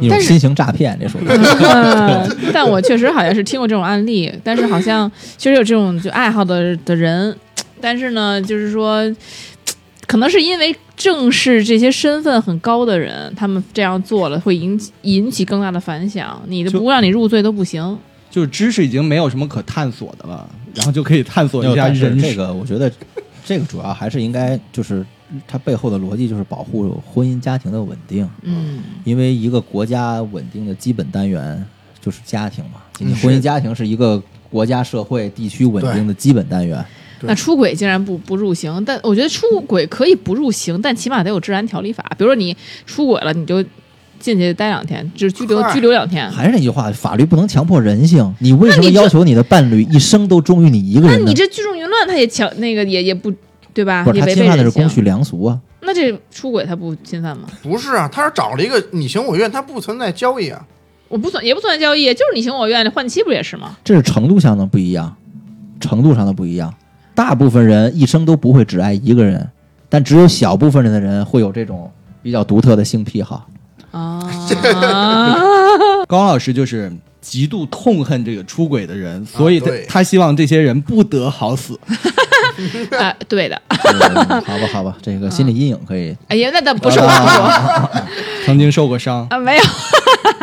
C: 一种新型诈骗，这 属于
B: 嗯 但我确实好像是听过这种案例，但是好像确实有这种就爱好的的人，但是呢，就是说，可能是因为正是这些身份很高的人，他们这样做了，会引起引起更大的反响。你的
F: 就
B: 不让你入罪都不行。
F: 就是知识已经没有什么可探索的了，然后就可以探索一下
C: 但是
F: 人
C: 这个，我觉得这个主要还是应该就是它背后的逻辑就是保护婚姻家庭的稳定，
B: 嗯
C: 因为一个国家稳定的基本单元就是家庭嘛，你
D: 嗯
C: 婚姻
D: 是
C: 家庭是一个国家、社会、地区稳
D: 对
C: 定的基本单元。
D: 对
B: 那出轨竟然不不入刑，但我觉得出轨可以不入刑，但起码得有治安条例法。比如说你出轨了，你就进去待两天，就是拘留
D: 嗨
B: 拘留两天。
C: 还是那句话，法律不能强迫人性。你为
B: 嗯
C: 什
B: 那
C: 么
B: 你这
C: 要求你的伴侣一生都忠于你一个
B: 那
C: 人呢
B: 你？这聚众淫乱，他也强那个也也不对吧？
C: 不是
B: 也
C: 他
B: 违
C: 侵
B: 背
C: 犯的是
B: 人性
C: 公。序良俗啊。
B: 那这出轨他不侵犯吗？
D: 不是啊，他是找了一个你情我愿，他不存在交易啊，
B: 我不算也不算交易，就是你情我愿，换妻不也是 吗？
C: 这是程度上的不一样，程度上的不一样。大部分人一生都不会只爱一个人，但只有小部分人的人会有这种比较独特的性癖 好。
B: 啊，
F: 高老师就是极度痛恨这个出轨的人，所
C: 啊
F: 以他、
D: 对
F: 他希望这些人不得好死。
B: 哎，对的，
C: 嗯好吧，好吧，这个心理阴影可以。
B: 哎呀，那倒不
C: 啊
B: 是我说，
F: 曾经受过伤，
B: 啊，没有，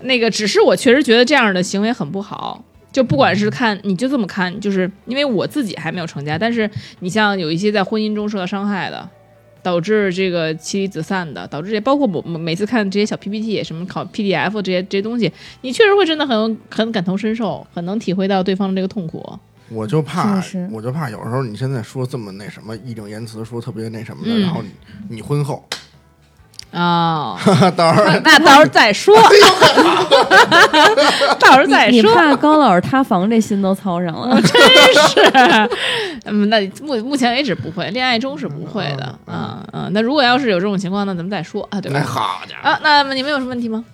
B: 那个只是我确实觉得这样的行为很不好。就不管是看，你就这么看，就是因为我自己还没有成家，但是你像有一些在婚姻中受到伤害的，导致这个妻离子散的，导致这包括我我每次看这些小 PPT 什么考 PDF 这些这些东西，你确实会真的很很感同身受，很能体会到对方的这个痛苦。
D: 我就怕
E: 是是，
D: 我就怕有时候你现在说这么那什么义正言辞，说特别那什么的，
B: 嗯
D: 然后你你婚后，
B: 哦，
D: 到时候
B: 那那到时候再说， 到时候再
E: 你
B: 说。
E: 怕高老师塌房，这心都操 上了。
B: 嗯，那目目前为止不会，恋爱中是不会的。嗯嗯，那如果要是有这种情况，那咱们再说啊，对
D: 那
B: 吧？
D: 好家伙，
B: 啊，那么你们有什么问题吗？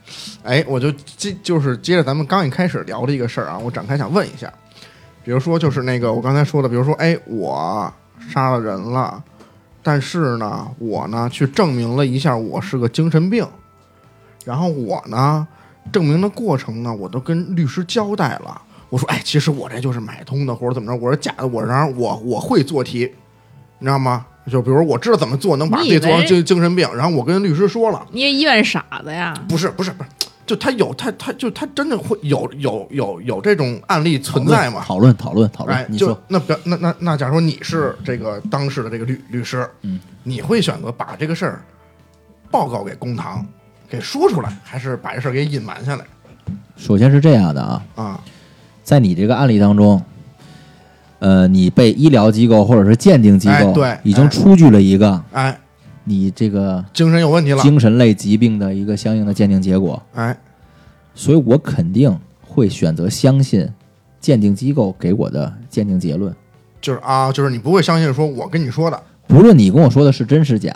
D: 哎，我就接就是接着咱们刚一开始聊的一个事儿啊，我展开想问一下，比如说就是那个我刚才说的，比如说哎，我杀了人了，但是呢，我呢去证明了一下我是个精神病，然后我呢证明的过程呢，我都跟律师交代了，我说哎，其实我这就是买通的，或者怎么着，我是假的，我然后我我会做题，你知道吗？就比如我知道怎么做能把
B: 你以
D: 这做成
B: 为
D: 精精神病，然后我跟律师说了。
B: 你也医院傻子呀？
D: 不是不是不是，就他有他他就他真的会有有有有这种案例存在嘛？
C: 讨论讨论讨
D: 哎
C: 论，，你
D: 就
C: 说
D: 那表那那那，假如你是这个当事的这个律律师，
C: 嗯，
D: 你会选择把这个事儿报告给公堂，给说出来，还是把这事儿给隐瞒下来
C: 首先是这样的啊，
D: 啊？
C: 在你这个案例当中，呃，你被医疗机构或者是鉴定机
D: 哎
C: 构
D: 对
C: 已
D: 哎
C: 经出具了一个
D: 哎，
C: 你这个
D: 精神有问题了，
C: 精神类疾病的一个相应的鉴定结果，
D: 哎，
C: 所以我肯定会选择相信鉴定机构给我的鉴定结论。
D: 就是啊，就是你不会相信说我跟你说的，
C: 不论你跟我说的是真是假，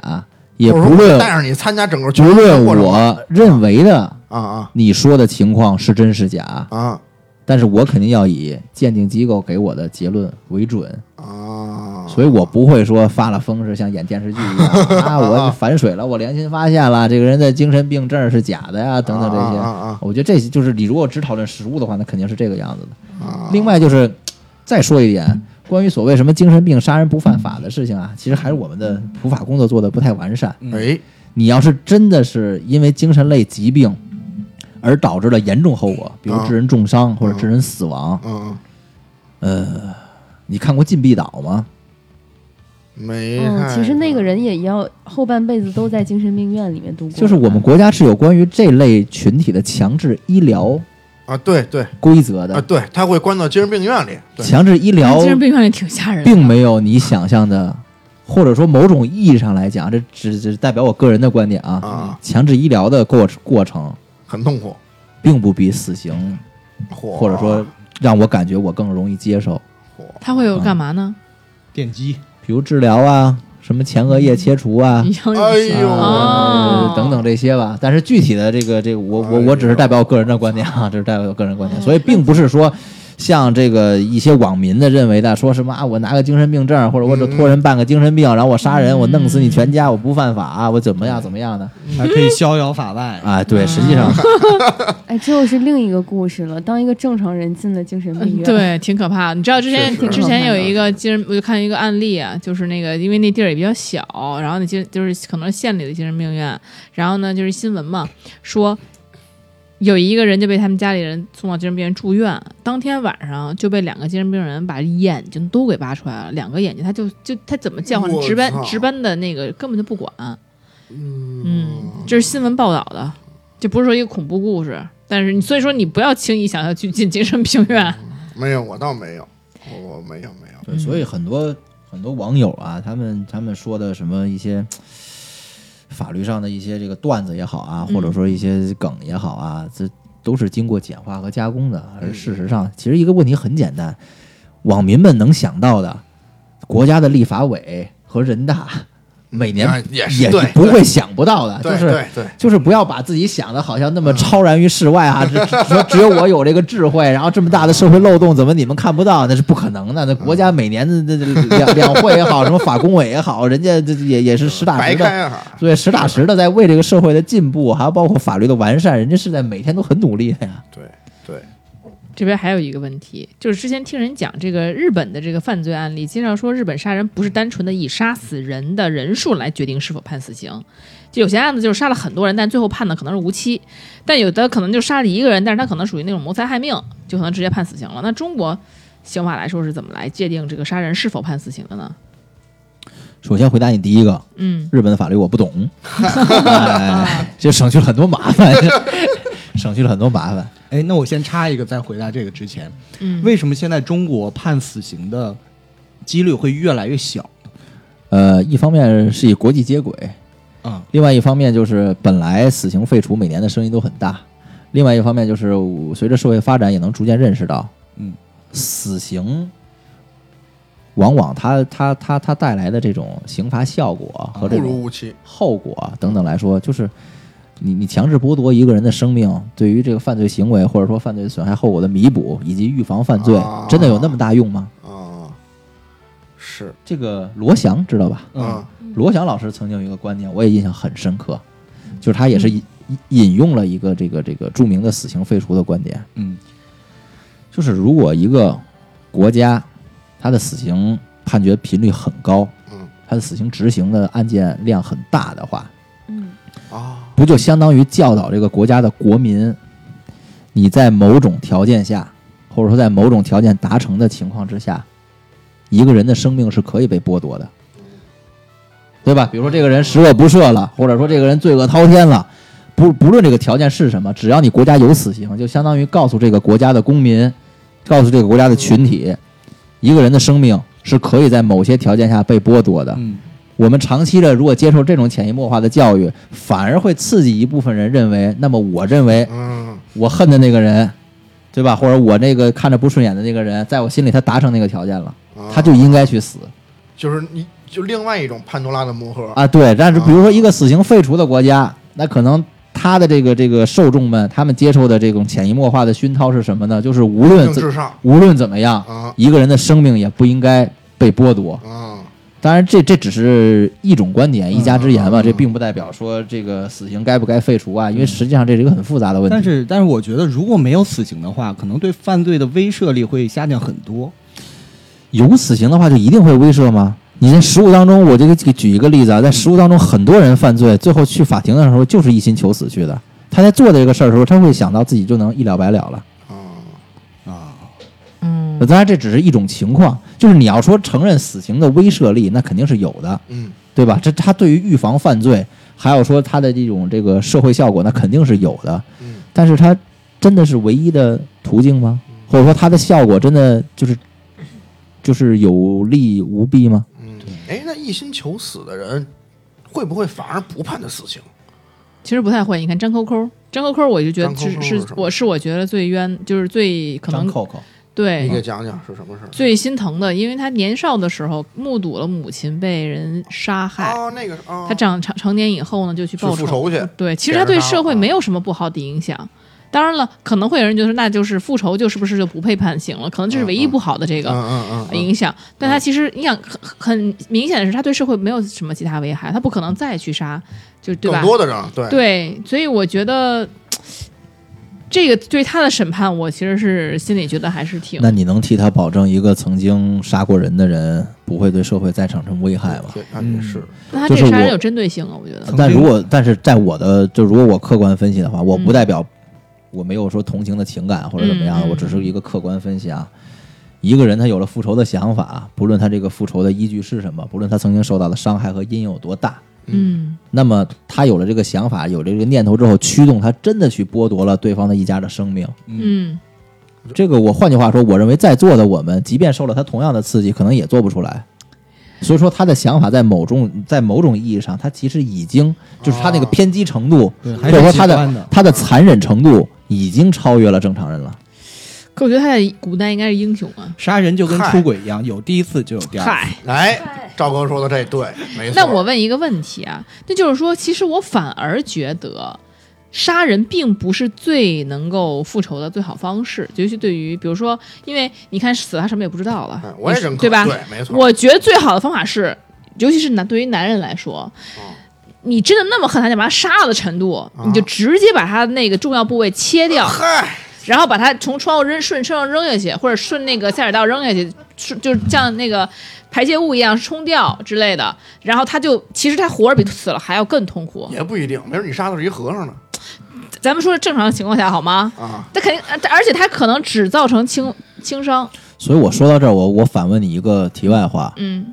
C: 也
D: 或者
C: 不
D: 说我
C: 论
D: 带着你参加整个
C: 不
D: 求职的
C: 论
D: 过程
C: 我认为的
D: 啊啊
C: 你说的情况是真是假，
D: 啊
C: 但是我肯定要以鉴定机构给我的结论为准，
D: 啊，
C: 所以我不会说发了疯是像演电视 剧一样啊，我反水了，我良心发现了，这个人的精神病证是假的呀，等等这
D: 啊
C: 些。
D: 啊
C: 我觉得这些就是你如果只讨论实物的话，那肯定是这个样子的。
D: 啊啊，
C: 另外就是，再说一点，关于所谓什么精神病杀人不犯法的事情啊，其实还是我们的普法工作做的不太完善。
D: 哎，
C: 你要是真的是因为精神类疾病而导致了严重后果，比如
D: 啊
C: 致人重伤或者致人死亡，
D: 嗯，
C: 呃，你看过《禁闭岛》吗？
D: 没
E: 嗯，
D: 太
E: 其实那个人也要后半辈子都在精神病院里面度过。
C: 就是我们国家是有关于这类群体的强制医疗
D: 啊，对对
C: 规则
D: 啊，
C: 的，
D: 对，他会关到精神病院里。对，
C: 强制医疗
B: 精神病院也挺吓人的，
C: 并没有你想象的，或者说某种意义上来讲，这只只代表我个人的观点啊，
D: 啊，
C: 强制医疗的过过程
D: 很痛苦，
C: 并不比死刑
D: 火
C: 或者说让我感觉我更容易接受，
D: 火
B: 他会有干嘛呢？
F: 电击，
C: 比如治疗啊，什么前额叶切除啊
B: 你。想
D: 哎呦
B: 哦
C: 呃等等这些吧，但是具体的这个这个，我我我只是代表我个人的观点啊，这是代表我个人观点，所以并不是说像这个一些网民的认为的，说什么啊，我拿个精神病证，或者我只托人办个精神病，然后我杀人，我弄死你全家，我不犯法，啊我怎么样怎么样的
F: 还可以逍遥法外。
C: 啊？对，实际上
E: 哎，这又是另一个故事了。当一个正常人进了精神病
B: 嗯
E: 院，，
B: 对，挺可怕的。你知道之前
D: 是是
B: 之前有一个精神，我就看一个案例啊，就是那个因为那地儿也比较小，然后那精就是可能是县里的精神病院，然后呢就是新闻嘛，说有一个人就被他们家里人送到精神病院住院，当天晚上就被两个精神病人把眼睛都给挖出来了，两个眼睛他就就他怎么叫唤
D: 我
B: 值班
D: 操
B: 值班的那个根本就不管，嗯，这是新闻报道的，这不是说一个恐怖故事。但是你所以说你不要轻易想要去进精神病院，
D: 没有，我倒没有，我我没有没有，
C: 对，所以很多很多网友啊，他们他们说的什么一些法律上的一些这个段子也好啊，或者说一些梗也好啊，这都是经过简化和加工的。而事实上，其实一个问题很简单，网民们能想到的，国家的立法委和人大每年
D: 啊也是
C: 也
D: 对
C: 不会想不到的，
D: 对
C: 就是
D: 对对
C: 就是不要把自己想的好像那么超然于世外啊，只只说只有我有这个智慧，然后这么大的社会漏洞怎么你们看不到？那是不可能的。那国家每年的这这两两会也好，什么法工委也好，人家这也也是实打
D: 白
C: 实的。
D: 开啊，
C: 对，实打实的在为这个社会的进步，还有包括法律的完善，人家是在每天都很努力的呀。
D: 对对，
B: 这边还有一个问题，就是之前听人讲这个日本的这个犯罪案例，经常说日本杀人不是单纯的以杀死人的人数来决定是否判死刑，就有些案子就是杀了很多人，但最后判的可能是无期，但有的可能就杀了一个人，但是他可能属于那种谋财害命，就可能直接判死刑了。那中国刑法来说是怎么来界定这个杀人是否判死刑的呢？
C: 首先回答你第一个，
B: 嗯，
C: 日本的法律我不懂，哎，这省去了很多麻烦，省去了很多麻烦。
F: 哎，那我先插一个，在回答这个之前，
B: 嗯
F: 为什么现在中国判死刑的几率会越来越小？
C: 呃，一方面是以国际接轨，
F: 啊、
C: 另外一方面就是本来死刑废除每年的声音都很大，另外一方面就是我随着社会发展也能逐渐认识到，
F: 嗯，
C: 死刑往往它它它它带来的这种刑罚效果和
D: 不
C: 哦这
D: 如
C: 种
D: 无期。
C: 后果等等来说，就是你你强制剥夺一个人的生命，对于这个犯罪行为或者说犯罪损害后果的弥补以及预防犯罪
D: 啊，
C: 真的有那么大用吗？
D: 啊，是
C: 这个罗翔知道吧？
F: 嗯，
D: 啊，
C: 罗翔老师曾经有一个观点，我也印象很深刻，就是他也是引引用了一个这个这个著名的死刑废除的观点，
F: 嗯
C: 就是如果一个国家它的死刑判决频率很高，
D: 嗯，
C: 它的死刑执行的案件量很大的话，
E: 嗯
D: 啊，
C: 不就相当于教导这个国家的国民，你在某种条件下，或者说在某种条件达成的情况之下，一个人的生命是可以被剥夺的，对吧？比如说这个人十恶不赦了，或者说这个人罪恶滔天了，不不论这个条件是什么，只要你国家有死刑，就相当于告诉这个国家的公民，告诉这个国家的群体，一个人的生命是可以在某些条件下被剥夺的。
F: 嗯，
C: 我们长期的如果接受这种潜移默化的教育，反而会刺激一部分人认为，那么我认为
D: 嗯，
C: 我恨的那个人，对吧？或者我那个看着不顺眼的那个人，在我心里他达成那个条件了，
D: 啊
C: 他就应该去死
D: 就是你就另外一种潘多拉的魔盒，
C: 啊。对，但是比如说一个死刑废除的国家，那可能他的这个这个受众们，他们接受的这种潜移默化的熏陶是什么呢？就是无论
D: 性
C: 怎
D: 至上
C: 无论怎么样，
D: 啊
C: 一个人的生命也不应该被剥夺。
D: 啊，
C: 当然这，这只是一种观点，一家之言嘛，
D: 嗯
C: 这并不代表说这个死刑该不该废除啊，因为实际上这是一个很复杂的问题。
F: 但是但是我觉得如果没有死刑的话，可能对犯罪的威慑力会下降很多。
C: 有死刑的话，就一定会威慑吗？你在实务当中，我这个给举一个例子啊，在实务当中，很多人犯罪，最后去法庭的时候就是一心求死去的。他在做这个事儿的时候，他会想到自己就能一了百了了。
D: 哦
B: 嗯
D: 啊
C: 那当然，这只是一种情况，就是你要说承认死刑的威慑力，那肯定是有的，
D: 嗯
C: 对吧？这他对于预防犯罪，还有说他的这种这个社会效果，那肯定是有的。
D: 嗯
C: 但是它真的是唯一的途径吗？或者说它的效果真的就是就是有利无弊吗？
D: 嗯，哎，那一心求死的人会不会反而不判他死刑？
B: 其实不太会。你看张扣扣，张扣扣，我就觉得
D: 张扣
B: 是
D: 扣是
B: 是
D: 什么
B: 我是我觉得最冤，就是最可能
C: 扣扣，
B: 对
D: 你给讲讲是什么事儿？
B: 最心疼的，因为他年少的时候目睹了母亲被人杀害，
D: 哦，那个啊，
B: 他长成成年以后呢，就去
D: 去
B: 报
D: 复仇去，
B: 对，其实
D: 给
B: 他
D: 人
B: 对
D: 杀
B: 社会
D: 了
B: 没有什么不好的影响。当然了，可能会有人觉得那就是复仇，就是不是就不配判刑了？可能这是唯一不好的这
D: 嗯
B: 个
D: 嗯嗯嗯，
B: 影响。但他其实影响很很明显的是，他对社会没有什么其他危害，他不可能再去杀，就对吧
D: 更？多的人对
B: 对，所以我觉得嗯这个对他的审判，我其实是心里觉得还是挺
C: 那你能替他保证一个曾经杀过人的人不会对社会再产生危害吗？
D: 对，啊也是
B: 那他
C: 就
B: 这个
C: 是
B: 杀人
C: 我
B: 有针对性啊，我觉得。
F: 曾
C: 但
F: 经
C: 如果但是在我的就如果我客观分析的话，我不
B: 嗯
C: 代表我没有说同情的情感或者怎么样，
B: 嗯嗯
C: 我只是一个客观分析啊。一个人他有了复仇的想法，不论他这个复仇的依据是什么，不论他曾经受到的伤害和阴影有多大，
B: 嗯
C: 那么他有了这个想法，有了这个念头之后，驱动他真的去剥夺了对方的一家的生命。
B: 嗯
C: 这个我换句话说，我认为在座的我们，即便受了他同样的刺激，可能也做不出来。所以说，他的想法在某种在某种意义上，他其实已经就是他那个偏激程度，
F: 对，
C: 或
F: 还
C: 者
F: 是
C: 说
F: 极
C: 他
F: 端
C: 的他的残忍程度，已经超越了正常人了。
B: 可我觉得他在古代应该是英雄啊。
F: 杀人就跟
D: 嗨
F: 出轨一样，有第一次就有第二次。
B: 嗨，
D: 来哎赵哥说的这对，没错。
B: 那我问一个问题啊，那就是说，其实我反而觉得杀人并不是最能够复仇的最好方式，尤其对于比如说，因为你看死了他什么也不知道了
D: 哎，我也
B: 你是
D: 认可，
B: 对吧？
D: 对，没错。
B: 我觉得最好的方法是，尤其是男对于男人来说，
D: 哦
B: 你真的那么恨他，想把他杀了的程
D: 啊
B: 度，你就直接把他那个重要部位切掉，
D: 嗨，
B: 然后把他从窗户扔顺车上扔下去，或者顺那个下水道扔下去，顺就是像那个排泄物一样冲掉之类的。然后他就其实他活着比死了还要更痛苦。
D: 也不一定，没准你杀的是一和尚呢
B: 咱们说正常情况下好吗？
D: 啊！
B: 他肯定，呃而且他可能只造成轻轻伤。
C: 所以我说到这儿，我我反问你一个题外话：
B: 嗯，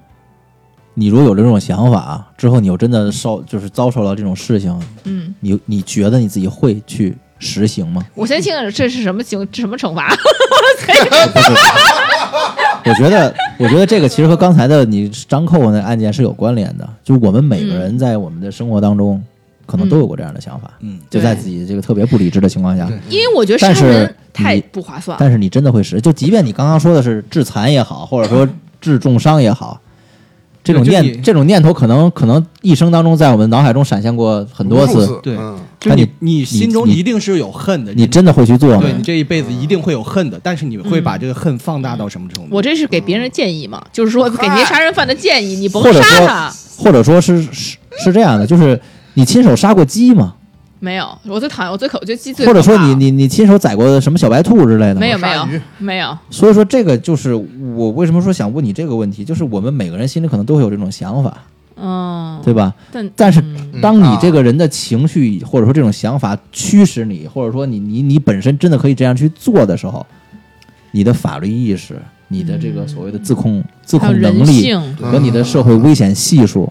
C: 你如果有这种想法之后，你又真的受就是遭受了这种事情，
B: 嗯，
C: 你你觉得你自己会去实行吗？
B: 我
D: 嗯
B: 先听听这是什么刑什么惩罚？
C: 我觉得，我觉得这个其实和刚才的你张扣那案件是有关联的。就我们每个人在我们的生活当中，可能都有过这样的想法，
F: 嗯，
C: 就在自己这个特别不理智的情况下
F: 对。
B: 因为我觉得杀
C: 但是
B: 人太
C: 你
B: 不划算了。
C: 但是你真的会实，就即便你刚刚说的是致残也好，或者说致重伤也好，这种
F: 嗯对就
C: 念
F: 你
C: 这种念头可能可能一生当中在我们脑海中闪现过很多
D: 次，
C: 次，
F: 对
D: 嗯
F: 就
C: 那
F: 你
C: 你
F: 你心中
C: 你
F: 一定是有恨的，
C: 你真的会去做吗
F: 对？你这一辈子一定会有恨的，但是你会把这个恨放大到什么程度？
B: 嗯我这是给别人
C: 嗯
B: 建议嘛，就是说给那些杀人犯的建议，你甭
C: 或者
B: 杀
C: 说
B: 他。
C: 或者说是是是这样的，就是你亲手杀过鸡吗？
B: 没有，我最讨厌，我最可，我觉得鸡最
C: 或者
B: 可
C: 说
B: 怕
C: 你
B: 了
C: 你你亲手宰过什么小白兔之类的吗？
B: 没有没
D: 鲨
B: 有
D: 鱼
B: 没有，
C: 所以说，这个就是我为什么说想问你这个问题，就是我们每个人心里可能都会有这种想法，
B: 嗯，
C: 对吧？
B: 但
C: 但是，
B: 嗯
C: 当你这个人的情绪或者说这种想法驱使你，或者说你你你本身真的可以这样去做的时候，你的法律意识、你的这个所谓的自控、自
B: 还有
C: 控能
B: 人
C: 力
B: 性，
C: 和你的社会危险系数，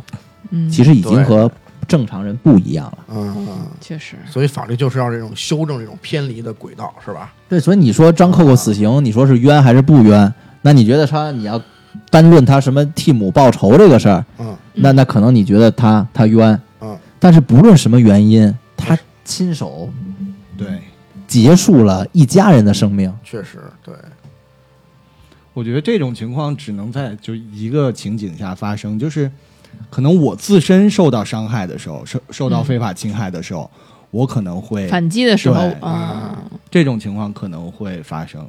B: 嗯，
C: 其实已经
D: 对
C: 和正常人不一样了。
D: 嗯嗯，
B: 确实，
D: 所以法律就是要这种修正这种偏离的轨道，是吧？
C: 对，所以你说张扣扣死刑，你说是冤还是不冤？那你觉得他你要单论他什么替母报仇这个事儿，
D: 嗯，
C: 那那可能你觉得他他冤，
D: 嗯，
C: 但是不论什么原因，他亲手
F: 对，
C: 结束了一家人的生命，
D: 确实对，
F: 我觉得这种情况只能在就一个情景下发生，就是可能我自身受到伤害的时候，受受到非法侵害的时候，
B: 嗯
F: 我可能会
B: 反击的时候
F: 对，
B: 嗯，
F: 这种情况可能会发生。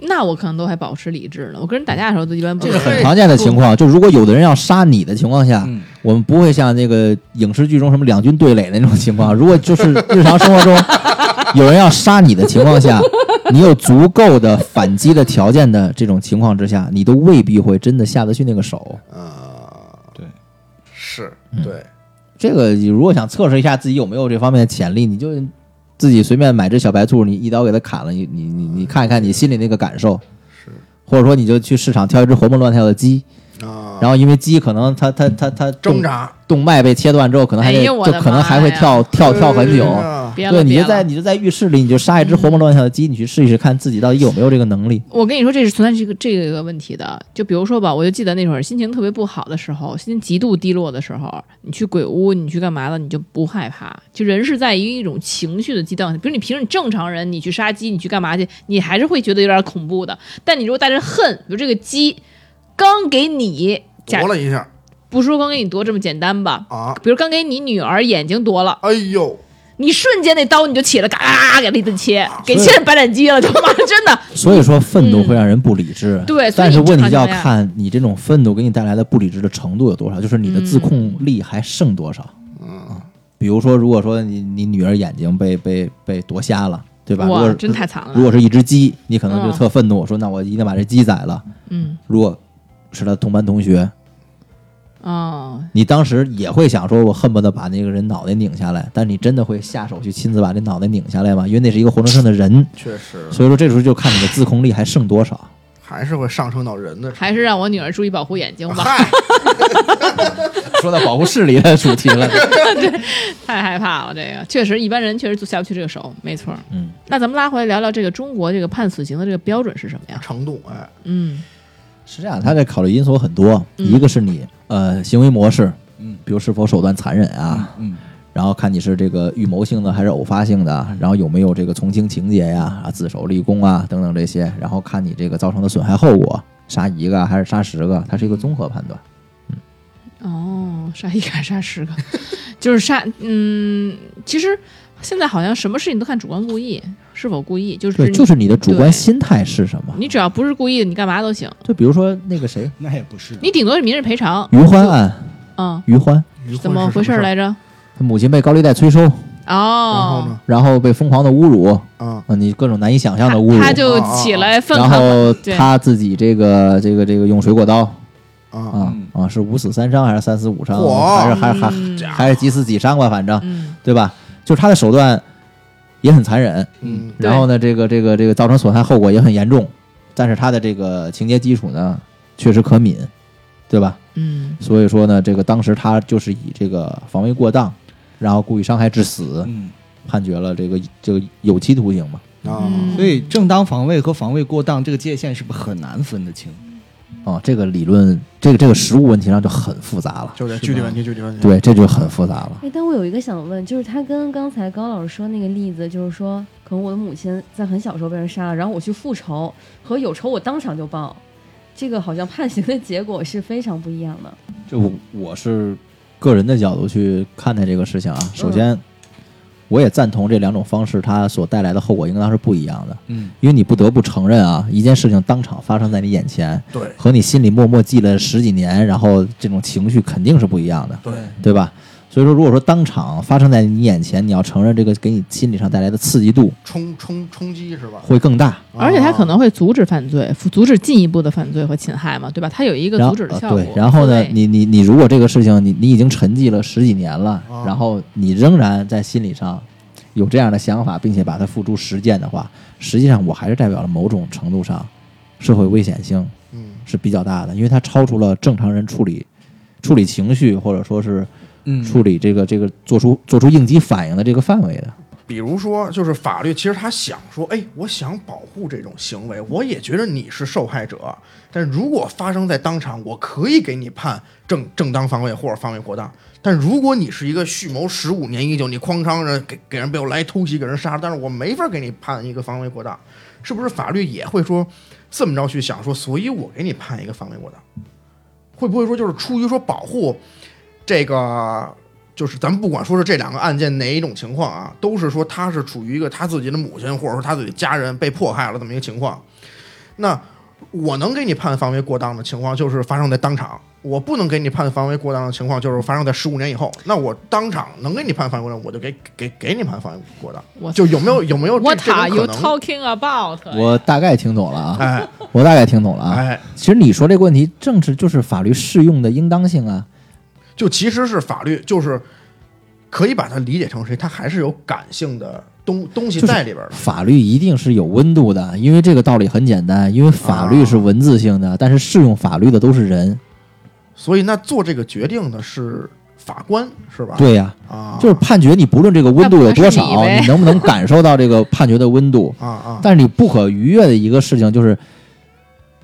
B: 那我可能都还保持理智呢。我跟人打架的时候都一般不
D: 这
C: 这是
D: 个
C: 很常见的情况。就如果有的人要杀你的情况下，
F: 嗯，
C: 我们不会像那个影视剧中什么两军对垒那种情况。如 果就是日常生活 中有人要杀你的情况下，你有足够的反击的条件的这种情况之下，你都未必会真的下得去那个手。
D: 呃，
F: 对，
D: 是
C: 嗯
D: 对，
C: 这个你如果想测试一下自己有没有这方面的潜力，你就自己随便买只小白兔，你一刀给它砍了，你你你你看一看你心里那个感受，
D: 是
C: 或者说你就去市场挑一只活蹦乱跳的鸡，
D: 啊，
C: 然后因为鸡可能它它它它
D: 挣扎
C: 动脉被切断之后，可能还得、
B: 哎呦我
C: 就
B: 的
C: 可能还
B: 妈
C: 会
B: 呀
C: 跳跳跳很久。
D: 嗯
B: 别了，
C: 对，你
B: 别
C: 就
B: 了
C: 在你就在浴室里，你就杀一只活蹦乱跳的鸡，你去试一试，看自己到底有没有这个能力。
B: 我跟你说，这是存在这个这个问题的。就比如说吧，我就记得那会儿心情特别不好的时候，心情极度低落的时候，你去鬼屋，你去干嘛了，你就不害怕。就人是在于一种情绪的激荡，比如你平时你正常人，你去杀鸡，你去干嘛去，你还是会觉得有点恐怖的。但你如果带着恨，比如这个鸡刚给你，假
D: 夺了一下
B: 不是说刚给你夺这么简单吧，
D: 啊，
B: 比如刚给你女儿眼睛夺了，
D: 哎呦，
B: 你瞬间那刀你就起了，嘎嘎嘎给它一顿切，给切成白斩鸡了，他妈真的。
C: 所以说，愤怒会让人不理智。
B: 嗯对所以
C: 但是
B: 你正
C: 问题
B: 常
C: 就要
B: 情况下
C: 看你这种愤怒给你带来的不理智的程度有多少，就是你的自控
B: 嗯
C: 力还剩多少。嗯，比如说，如果说你你女儿眼睛被被被夺瞎了，对吧？如
B: 哇，
C: 果
B: 真太惨了。
C: 如果是一只鸡，你可能
B: 嗯
C: 就特愤怒，说那我一定把这鸡宰了。
B: 嗯
C: 如果是他同班同学，
B: 哦，
C: 你当时也会想说，我恨不得把那个人脑袋拧下来，但你真的会下手去亲自把这脑袋拧下来吗？因为那是一个活生生的 人，
D: 确实
C: 所以说这时候就看你的自控力还剩多少。
D: 还是会上升到人的
B: 还是让我女儿注意保护眼睛吧，
D: 嗨，
C: 说到保护视力的主题 了，
B: 太害怕了。这个确实，一般人确实做下不去这个手，没错。
C: 嗯，
B: 那咱们拉回来聊聊这个中国这个判死刑的这个标准是什么呀？
D: 程度哎，
B: 嗯
C: 是这样，他这考虑因素有很多，一个是你呃行为模式，
F: 嗯，
C: 比如是否手段残忍啊，
F: 嗯，
C: 然后看你是这个预谋性的还是偶发性的，然后有没嗯有这个从轻情节呀、啊自首立功啊等等这些，然后看你这个造成的损害后果，杀一个还是杀十个，它是一个综合判断。
B: 哦，杀一个还是杀十个， 就是杀，嗯，其实现在好像什么事情都看主观故意是否故意，就是
C: 对，
B: 你
C: 就是你的主观
B: 对
C: 心态是什么。
B: 你只要不是故意，你干嘛都行，
C: 就比如说那个谁，
F: 那也不是
B: 你顶多是民事赔偿。
C: 于欢案，
B: 嗯，
C: 于欢，
D: 于
B: 怎
D: 欢
B: 么
D: 是
B: 回事
D: 什么
B: 儿
D: 儿？
B: 来着？
C: 他母亲被高利贷催收，
D: 然后
B: 哦
D: 呢，？
C: 然后被疯狂的侮辱，
D: 啊，
C: 啊，你各种难以想象
B: 他
C: 的侮辱。
B: 他就起来愤
C: 然
B: 恨，
C: 后
B: 对
C: 他自己这个这个这个用水果刀
D: 啊，
C: 啊
F: 嗯
C: 啊，是五死三伤还是三死五伤，
D: 嚯
C: 还是还还
B: 嗯
C: 还是几死几伤吧，反正
B: 嗯，
C: 对吧？就是他的手段也很残忍，
D: 嗯，
B: 对
C: 然后呢，这个这个这个造成损害后果也很严重，但是他的这个情节基础呢确实可悯，对吧？
B: 嗯，
C: 所以说呢，这个当时他就是以这个防卫过当，然后故意伤害致死，
F: 嗯，
C: 判决了这个这个有期徒刑嘛。
D: 啊，
B: 嗯
F: 所以正当防卫和防卫过当这个界限是不是很难分得清？
C: 啊，这个理论，这个这个实务问题上就很复杂了。
D: 就得具体问题，具体问题。，
C: 对，这就很复杂了。
E: 哎，但我有一个想问，就是他跟刚才高老师说那个例子，就是说，可能我的母亲在很小时候被人杀了，然后我去复仇，和有仇我当场就报，这个好像判刑的结果是非常不一样的。
C: 就我我是个人的角度去看待这个事情啊。
D: 嗯
C: 首先，我也赞同这两种方式它所带来的后果应当是不一样的，
F: 嗯，
C: 因为你不得不承认啊，一件事情当场发生在你眼前，
D: 对，
C: 和你心里默默记了十几年，然后这种情绪肯定是不一样的，
D: 对，
C: 对吧？所以说，如果说当场发生在你眼前，你要承认这个给你心理上带来的刺激度
D: 冲冲冲击是吧？
C: 会更大，
B: 而且他可能会阻止犯罪，阻止进一步的犯罪和侵害嘛，对吧？他有一个
C: 然
B: 阻
C: 后
B: 止的
C: 呃
B: 效果。
C: 对，然后呢，
B: 对
C: 你你你如果这个事情你你已经沉寂了十几年了，
D: 啊
C: 然后你仍然在心理上有这样的想法，并且把它付诸实践的话，实际上我还是代表了某种程度上社会危险性
D: 嗯，
C: 是比较大的，因为它超出了正常人处理处理情绪或者说是
F: 嗯
C: 处理这个这个做出做出应激反应的这个范围的。
D: 比如说，就是法律其实他想说，哎，我想保护这种行为，我也觉得你是受害者，但如果发生在当场，我可以给你判正正当防卫或者防卫过当。但如果你是一个蓄谋十五年已久，你哐当人给给人背后来突袭，给人杀了，但是我没法给你判一个防卫过当，是不是法律也会说这么着去想说，所以我给你判一个防卫过当，会不会说就是出于说保护这个就是咱们不管说是这两个案件哪一种情况啊，都是说他是处于一个他自己的母亲或者说他自己家人被迫害了这么一个情况。那我能给你判防卫过当的情况，就是发生在当场；我不能给你判防卫过当的情况，就是发生在十五年以后。那我当场能给你判防卫过当，我就给给给你判防卫过
B: 我
D: 当。就有没有有没有这
B: What
D: 这种
B: are you
D: 可能？
B: talking about？哎
C: 我大概听懂了啊，
D: 哎
C: 我大概听懂了啊。
D: 哎，
C: 其实你说这个问题，正是就是法律适用的应当性啊。
D: 就其实是法律，就是可以把它理解成是它还是有感性的东东西
C: 就是
D: 在里边的。
C: 法律一定是有温度的，因为这个道理很简单，因为法律是文字性的，
D: 啊
C: 但是适用法律的都是人。
D: 所以那做这个决定的是法官是吧？
C: 对呀、
D: 啊，
C: 就是判决你不论这个温度有多
B: 那不
C: 少，
B: 能是你呗
C: 你能不能感受到这个判决的温度？
D: 啊 啊，
C: 但是你不可逾越的一个事情就是，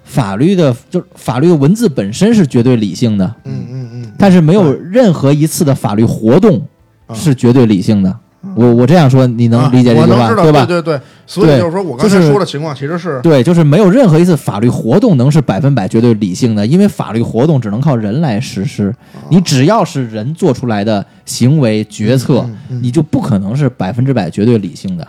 C: 法律的就是法律的文字本身是绝对理性的，
D: 嗯嗯嗯
C: 但是没有任何一次的法律活动
D: 啊嗯
C: 是绝对理性的。我我这样说，你能理解这句
D: 啊我
C: 话、
D: 能知道
C: 对吧？
D: 对对对，所以
C: 对
D: 就是说我刚才
C: 就是
D: 说的情况其实是
C: 对，就是没有任何一次法律活动能是百分百绝对理性的，因为法律活动只能靠人来实施。你只要是人做出来的行为决策，你就不可能是百分之百绝对理性的。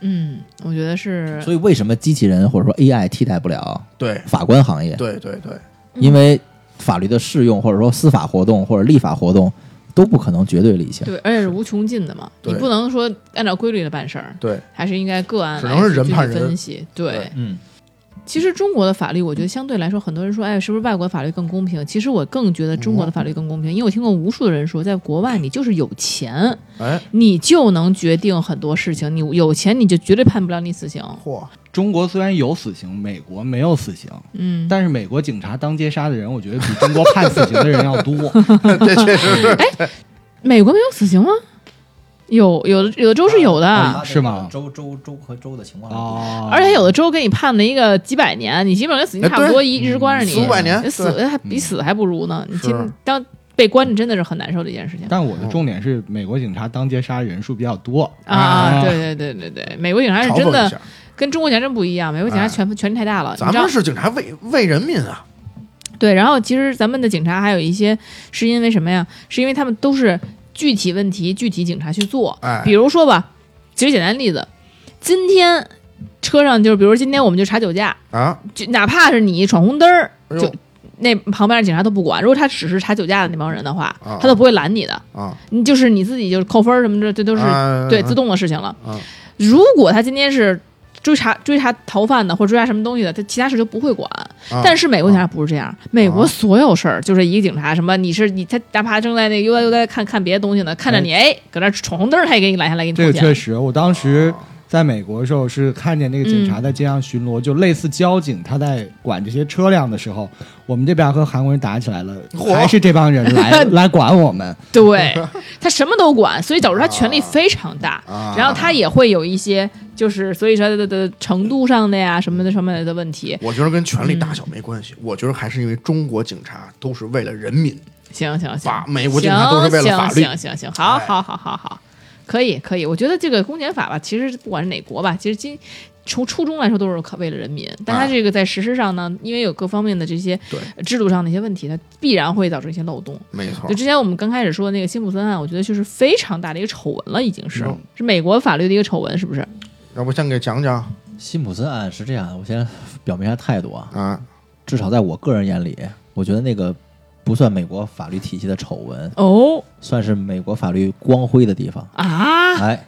B: 嗯，我觉得是
C: 所以为什么机器人或者说 AI 替代不了
D: 对
C: 法官行业？
D: 对对对，
C: 因为法律的适用或者说司法活动或者立法活动都不可能绝对理性。
B: 对，而且是无穷尽的嘛，
D: 对
B: 你不能说按照规律的办事儿，
D: 对，
B: 还是应该个案
D: 只
B: 来
D: 能是人
B: 具体
D: 判人
B: 分析。对
D: 对，
C: 嗯，
B: 其实中国的法律，我觉得相对来说，很多人说，哎，是不是外国法律更公平？其实我更觉得中国的法律更公
C: 嗯
B: 平，因为我听过无数的人说，在国外你就是有钱，
D: 哎，
B: 你就能决定很多事情，你有钱你就绝对判不了你死刑。
D: 嚯，
F: 中国虽然有死刑，美国没有死刑，
B: 嗯，
F: 但是美国警察当街杀的人，我觉得比中国判死刑的人要 多。
D: 这确实是
B: 美国没有死刑吗？有，有的有的州是有的。
D: 啊
F: 是吗
C: 州州州和州的情况
F: 哦，
B: 而且有的州给你判了一个几百年，你基本上跟死刑差不多，一一直关着你，
D: 哎嗯四五百年，对嗯
B: 死还比死还不如呢。你
D: 是
B: 其实当被关着真的是很难受的一件事情
F: 但我的重点是，美国警察当街杀人数比较多
C: 啊
F: 啊
B: 啊！对对对对对，美国警察是
D: 啊嘲
B: 真
D: 讽一
B: 的
D: 下，
B: 跟中国警察真不一样，美国警察
D: 哎
B: 权、权力太大了。你
D: 咱
B: 知道
D: 们是警察为为人民啊，
B: 对，然后其实咱们的警察还有一些是因为什么呀？是因为他们都是具体问题具体警察去做。
D: 哎
B: 比如说吧，举个简单的例子，今天车上就是，比如今天我们就查酒驾，
D: 啊，
B: 就哪怕是你闯红灯儿，
D: 哎
B: 就
D: 呦
B: 那旁边的警察都不管。如果他只是查酒驾的那帮人的话，
D: 啊
B: 他都不会拦你的。
D: 啊，
B: 你就是你自己就是扣分儿什么的，这都是、
D: 啊
B: 对自动的事情了。
D: 啊
B: 如果他今天是追查追查逃犯的或者追查什么东西的，他其他事就不会管。
D: 啊
B: 但是美国警察不是这样，美国所有事儿就是一个警察，什么你是你他哪怕正在那个悠哉悠哉看看别的东西呢，看着你哎搁那闯红灯儿，他也给你拦下来给你
F: 这
B: 扣
F: 个确
B: 钱。
F: 实，我当时
C: 哦
F: 在美国的时候是看见那个
C: 嗯
F: 警察在街上巡逻，就类似交警他在管这些车辆的时候，我们这边和韩国人打起来了，
D: 嚯
F: 还是这帮人 来来管我们。
B: 对，他什么都管，所以导致他权力非常大。
D: 啊
B: 然后他也会有一些就是所以说的的的程度上的呀什么的什么的问题。
D: 我觉得跟权力大
B: 嗯
D: 小没关系，我觉得还是因为中国警察都是为了人民，
B: 行行行
D: 法，美国警察都是为了法律
B: 行行行行，好
D: 哎
B: 好好好好，可以可以，我觉得这个公检法吧，其实不管是哪国吧，其实今从初衷来说都是可为了人民，但它
D: 哎
B: 这个在实施上呢，因为有各方面的这些
D: 对
B: 制度上的一些问题，它必然会导致一些漏洞。
D: 没错
B: 就，之前我们刚开始说的那个辛普森案，我觉得就是非常大的一个丑闻了，已经是
D: 嗯
B: 是美国法律的一个丑闻，是不是？
D: 要不先给讲讲
C: 辛普森案是这样，我先表明一下态度啊，
D: 啊，
C: 至少在我个人眼里，我觉得那个不算美国法律体系的丑闻，
B: 哦
C: 算是美国法律光辉的地方。
B: 啊，
C: 哎，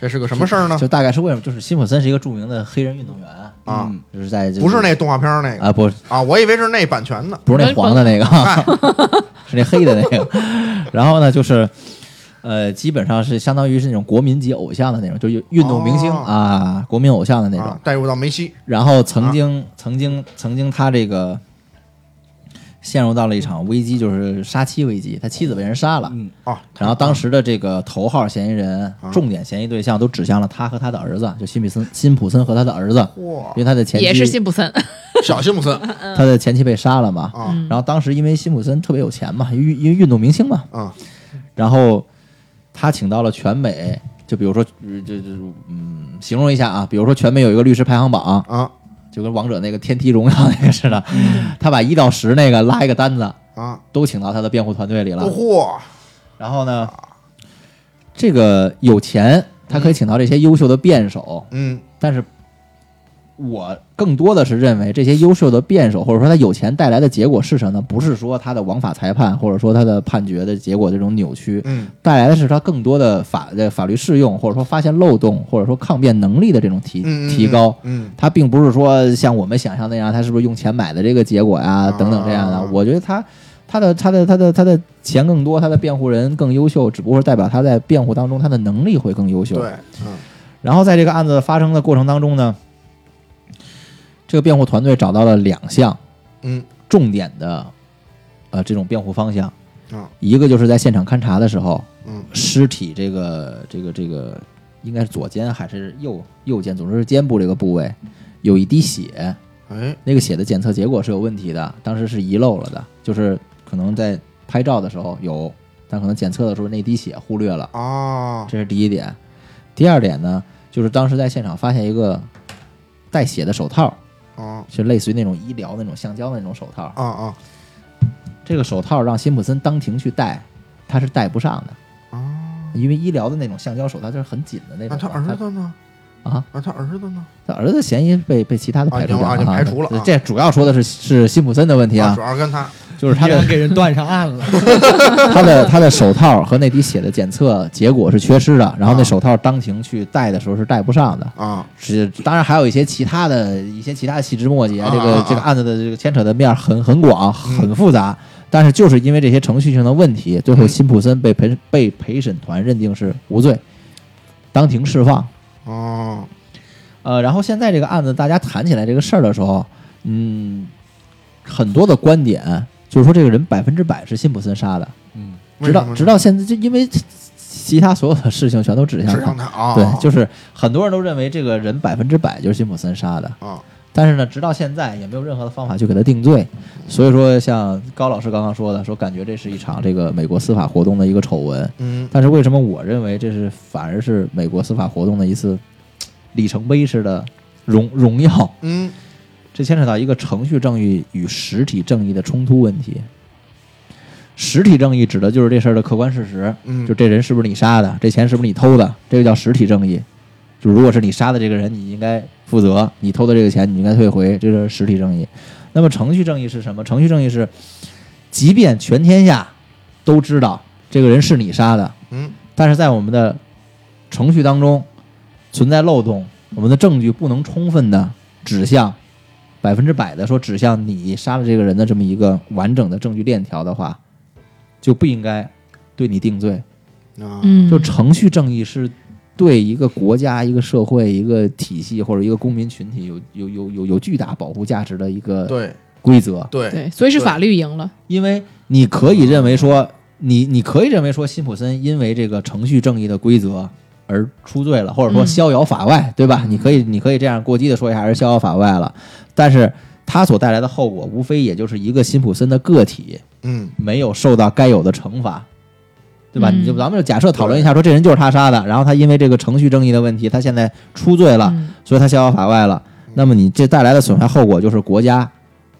D: 这是个什么事儿呢？
C: 就大概是为什么？就是辛普森是一个著名的黑人运动员
D: 啊
C: 嗯就是在这个
D: 不是那动画片儿那个
C: 啊，不是
D: 啊，我以为是那版权的
C: 不是那黄的那个，
D: 哎
C: 是那黑的那个。然后呢，就是呃，基本上是相当于是那种国民级偶像的那种，就是运动明星、
D: 哦
C: 啊，国民偶像的那种。
D: 啊，带入到梅西
C: 然后曾经、曾经曾经他这个陷入到了一场危机，就是杀妻危机，他妻子被人杀了。
F: 嗯
D: 啊，
C: 然后当时的这个头号嫌疑人、重点嫌疑对象都指向了他和他的儿子，就辛普森、辛普森和他的儿子，
D: 哇
C: 因，为他的前妻
B: 也是辛普嗯森，
D: 小辛普森
C: 他的前妻被杀了嘛。
D: 啊
B: 嗯
C: 然后当时因为辛普森特别有钱嘛，因为因为运动明星嘛，
D: 啊
C: 然后他请到了全美，就比如说，呃这这嗯，形容一下啊，比如说全美有一个律师排行榜，
D: 啊
C: 就跟王者那个天梯荣耀那个似的，
D: 嗯
C: 他把一到十那个拉一个单子，
D: 啊，哦
C: 都请到他的辩护团队里了。
D: 嚯，
C: 然后呢，这个有钱，他可以请到这些优秀的辩手，
D: 嗯
C: 但是我更多的是认为这些优秀的辩手，或者说他有钱带来的结果是什么呢？不是说他的枉法裁判，或者说他的判决的结果这种扭曲，
D: 嗯
C: 带来的是他更多的法呃法律适用，或者说发现漏洞，或者说抗辩能力的这种提
D: 嗯，嗯
C: 提高。
D: 嗯
C: 他并不是说像我们想象那样，他是不是用钱买的这个结果呀、等等这样的
D: 啊。
C: 我觉得他他的他的他的他的钱更多，他的辩护人更优秀，只不过是代表他在辩护当中他的能力会更优秀。
D: 对，嗯
C: 然后在这个案子发生的过程当中呢，这个辩护团队找到了两项
D: 嗯
C: 重点的呃这种辩护方向，
D: 啊
C: 一个就是在现场勘查的时候，
D: 嗯
C: 尸体这个这个这个应该是左肩还是右右肩，总之是肩部这个部位有一滴血，
D: 哎
C: 那个血的检测结果是有问题的，当时是遗漏了的，就是可能在拍照的时候有，但可能检测的时候那滴血忽略了。
D: 啊
C: 这是第一点。第二点呢，就是当时在现场发现一个带血的手套，
D: 啊
C: 就类似于那种医疗那种橡胶的那种手套。
D: 啊啊
C: 这个手套让辛普森当庭去戴，他是戴不上的，
D: 啊，
C: 因为医疗的那种橡胶手套就是很紧的那
D: 那
C: 种。
D: 他儿子呢？
C: 啊，
D: 啊，他儿子呢？
C: 他儿子嫌疑被被其他的排除掉
D: 啊已经啊已经排除了啊
C: 这主要说的是是辛普森的问题
D: 啊，
C: 啊
D: 主，要是跟他
C: 就是他
F: 依
C: 的
F: 然给人断上岸了，
C: 他的他的手套和那滴血的检测结果是缺失的，然后那
D: 啊
C: 手套当庭去戴的时候是戴不上的。
D: 啊
C: 是，当然还有一些其他的一些其他的细枝末节，
D: 啊
C: 这
D: 啊
C: 个
D: 啊嗯
C: 这个案子的这个牵扯的面儿很很广，很复杂。但是就是因为这些程序性的问题，最后
D: 嗯
C: 辛普森被陪被陪审团认定是无罪，当庭释放。
D: 哦
C: 呃，然后现在这个案子大家谈起来这个事儿的时候，嗯，很多的观点就是说这个人百分之百是辛普森杀的，
F: 嗯，
D: 为什
C: 直到
D: 么呢
C: 直到现在，就因为其他所有的事情全都指向
D: 指
C: 他
D: 向。他啊，
C: 对，就是很多人都认为这个人百分之百就是辛普森杀的，
D: 啊
C: 但是呢，直到现在也没有任何的方法去给他定罪。所以说，像高老师刚刚说的，说感觉这是一场这个美国司法活动的一个丑闻。
D: 嗯
C: 但是为什么我认为这是反而是美国司法活动的一次嘖里程碑式的荣荣耀，
D: 嗯，
C: 这牵扯到一个程序正义与实体正义的冲突问题。实体正义指的就是这事儿的客观事实，
D: 嗯
C: 就这人是不是你杀的，这钱是不是你偷的，这个叫实体正义。就如果是你杀的这个人，你应该负责；你偷的这个钱，你应该退回，这是实体正义。那么程序正义是什么？程序正义是，即便全天下都知道这个人是你杀的，
D: 嗯，
C: 但是在我们的程序当中存在漏洞，我们的证据不能充分的指向百分之百的说指向你杀了这个人的这么一个完整的证据链条的话，就不应该对你定罪。
D: 啊，
B: 嗯，
C: 就程序正义是对一个国家、一个社会、一个体系或者一个公民群体有有有有有巨大保护价值的一个
D: 对
C: 规则，
D: 对，
B: 对，所以是法律赢了，
C: 因为你可以认为说你你可以认为说辛普森因为这个程序正义的规则。而出罪了，或者说
B: 嗯
C: 逍遥法外，对吧？你可以，你可以这样过激的说一下，而逍遥法外了。但是它所带来的后果，无非也就是一个辛普森的个体
D: 嗯，
C: 没有受到该有的惩罚，对吧？
B: 嗯
C: 你就咱们就假设讨论一下，说这人就是他杀的，然后他因为这个程序正义的问题，他现在出罪了，
B: 嗯
C: 所以他逍遥法外了。
D: 嗯
C: 那么你这带来的损害后果就是国家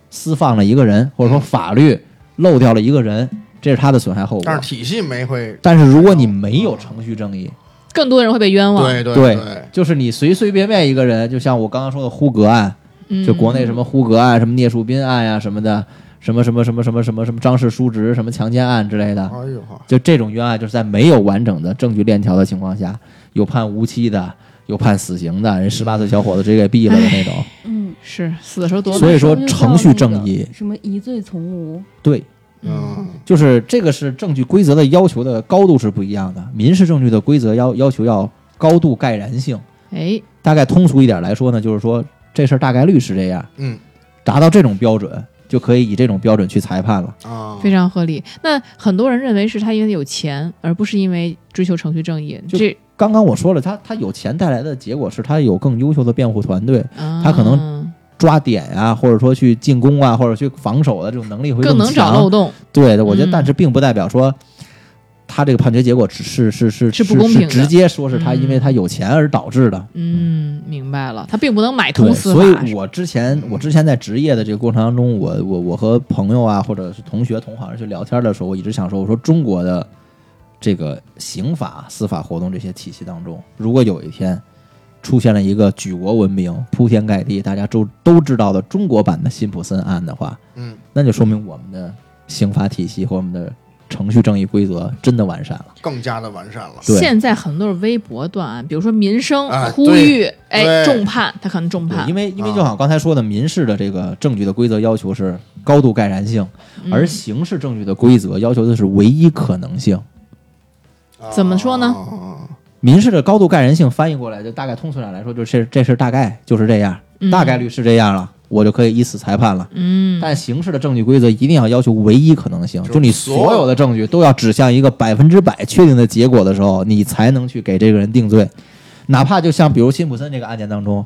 C: 私放了一个人，或者说法
B: 嗯
C: 律漏掉了一个人，这是他的损害后果
D: 但。是体系没会，
C: 但是如果你没有程序正义，
B: 更多的人会被冤枉。
D: 对对
C: 对
B: 啊
D: 对，
C: 就是你随随便便一个人，就像我刚刚说的呼格案，
B: 嗯，
C: 就国内什么呼格案、什么聂树斌案呀、什么的，什么什么什么什么什么什么张氏叔侄、什么强奸案之类的，
D: 哎呦呵，
C: 就这种冤案，就是在没有完整的证据链条的情况下，有判无期的，有判死刑的，人十八岁小伙子直接给毙了的那种。
E: 嗯，
B: 是死的时候多
C: 所以说
E: 那就叫
C: 程序
E: 那个
C: 正义
E: 什么疑罪从无，
C: 对，
D: 嗯，
C: 就是这个是证据规则的要求的高度是不一样的，民事证据的规则要要求要高度概然性。
B: 哎，
C: 大概通俗一点来说呢，就是说这事儿大概率是这样，
D: 嗯
C: 达到这种标准就可以以这种标准去裁判了。
D: 啊，
B: 非常合理。那很多人认为是他因为有钱，而不是因为追求程序正义。
C: 就
B: 这
C: 刚刚我说了，他他有钱带来的结果是他有更优秀的辩护团队，
B: 他
C: 可能抓点啊，或者说去进攻啊，或者去防守的这种能力会啊
B: 更能找
C: 强
B: 漏洞。
C: 对的，我觉得，
B: 嗯
C: 但是并不代表说他这个判决结果只是是是
B: 是不公平的
C: 直接说是他因为
B: 嗯
C: 他有钱而导致的。
B: 嗯，明白了，他并不能买
C: 对，
B: 通司
C: 所
B: 法。
C: 以我之前我之前在职业的这个过程当中，我我我和朋友啊，或者是同学同行去聊天的时候，我一直想说，我说中国的这个刑法、司法活动这些体系当中，如果有一天出现了一个举国闻名、铺天盖地、大家都都知道的中国版的辛普森案的话，
D: 嗯，
C: 那就说明我们的刑法体系和我们的程序正义规则真的完善了。
D: 更加的完善了，
C: 对
B: 现在很多是微博断案，比如说民生
D: 啊
B: 呼吁，哎，
D: 对
B: 重判，他可能重
C: 对，
B: 判
C: 因。为因为就好像刚才说的，民事的这个证据的规则要求是高度概然性，而刑事证据的规则要求的是唯一可能性。
D: 啊
B: 怎么说呢？
C: 民事的高度概然性翻译过来，就大概通俗点来说，就是这这事儿大概就是这样，
B: 嗯
C: 大概率是这样了，我就可以依此裁判了。
B: 嗯，
C: 但刑事的证据规则一定要要求唯一可能性，
D: 就是
C: 就你
D: 所
C: 所
D: 有
C: 有的证据都要指向一个百分之百确定的结果的时候，你才能去给这个人定罪。哪怕就像比如辛普森这个案件当中，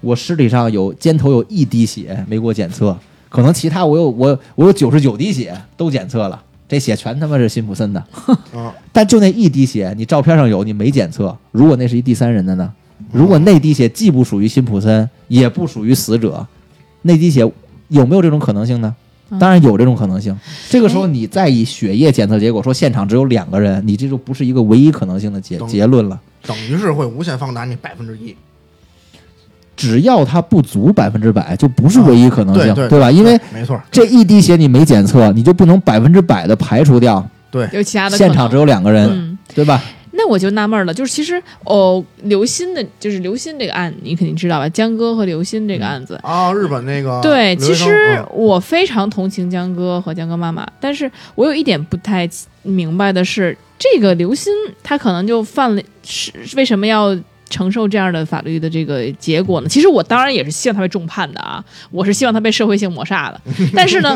C: 我尸体上有肩头有一滴血没给我检测，可能其他我有我我有九十九滴血都检测了，这血全他妈是辛普森的，
D: 啊，
C: 但就那一滴血，你照片上有，你没检测。如果那是一第三人的呢？如果那滴血既不属于辛普森，也不属于死者，那滴血有没有这种可能性呢？当然有这种可能性。这个时候你再以血液检测结果说现场只有两个人，你这就不是一个唯一可能性的结
D: 懂
C: 结论了。
D: 等于是会无限放大你百分之一，
C: 只要它不足百分之百，就不是唯一可能性，
D: 啊对对
C: 吧？因为
D: 没错，
C: 这一滴血你没检测，你就不能百分之百的排除掉
D: 对，
B: 有其他的可
C: 现
B: 能
C: 场只有两个人，
B: 嗯
C: 对吧？
B: 那我就纳闷了，就是其实哦，刘鑫的，就是刘鑫这个案，你肯定知道吧？江歌和刘鑫这
C: 嗯
B: 个案子，
D: 啊，日本那个
B: 对，
D: 刘
B: 其
D: 医生
B: 实
D: 嗯
B: 我非常同情江哥和江哥妈妈，但是我有一点不太明白的是，这个刘鑫他可能就犯了，是为什么要承受这样的法律的这个结果呢？其实我当然也是希望他被重判的啊，我是希望他被社会性抹杀 的，但是呢。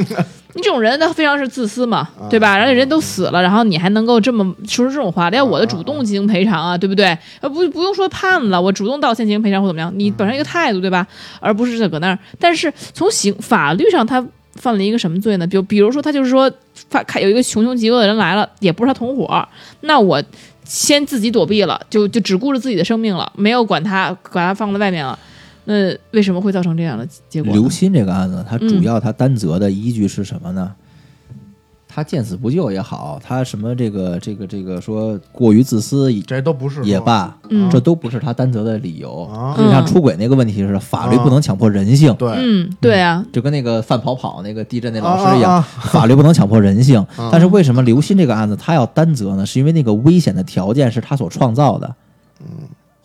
B: 你这种人，他非常是自私嘛，
D: 啊
B: 对吧？而且人都死了，然后你还能够这么说出这种话，要我的主动进行赔偿啊，对不对？呃，不不用说判了，我主动道歉进行赔偿或怎么样，你本
C: 嗯
B: 身一个态度，对吧？而不是在搁那儿。但是从刑法律上，他犯了一个什么罪呢？比如比如说，他就是说，发看有一个穷凶极恶的人来了，也不是他同伙，那我先自己躲避了，就就只顾着自己的生命了，没有管他，把他放在外面了。那为什么会造成这样的结果呢？
C: 刘鑫这个案子，它主要它担责的依据是什么呢？他见死不救也好，他什么这个这个这个说过于自私也
D: 这都不是
C: 也
D: 说
C: 罢，
B: 嗯
C: 这都不是他担责的理由。
D: 啊
C: 就像出轨那个问题似的，法律不能强迫人性。
D: 对，
B: 嗯，对啊，
C: 就跟那个范跑跑那个地震那老师一样，
D: 啊
C: 法律不能强迫人 性。
D: 啊
C: 但是为什么刘鑫这个案子他要担责呢？是因为那个危险的条件是他所创造的，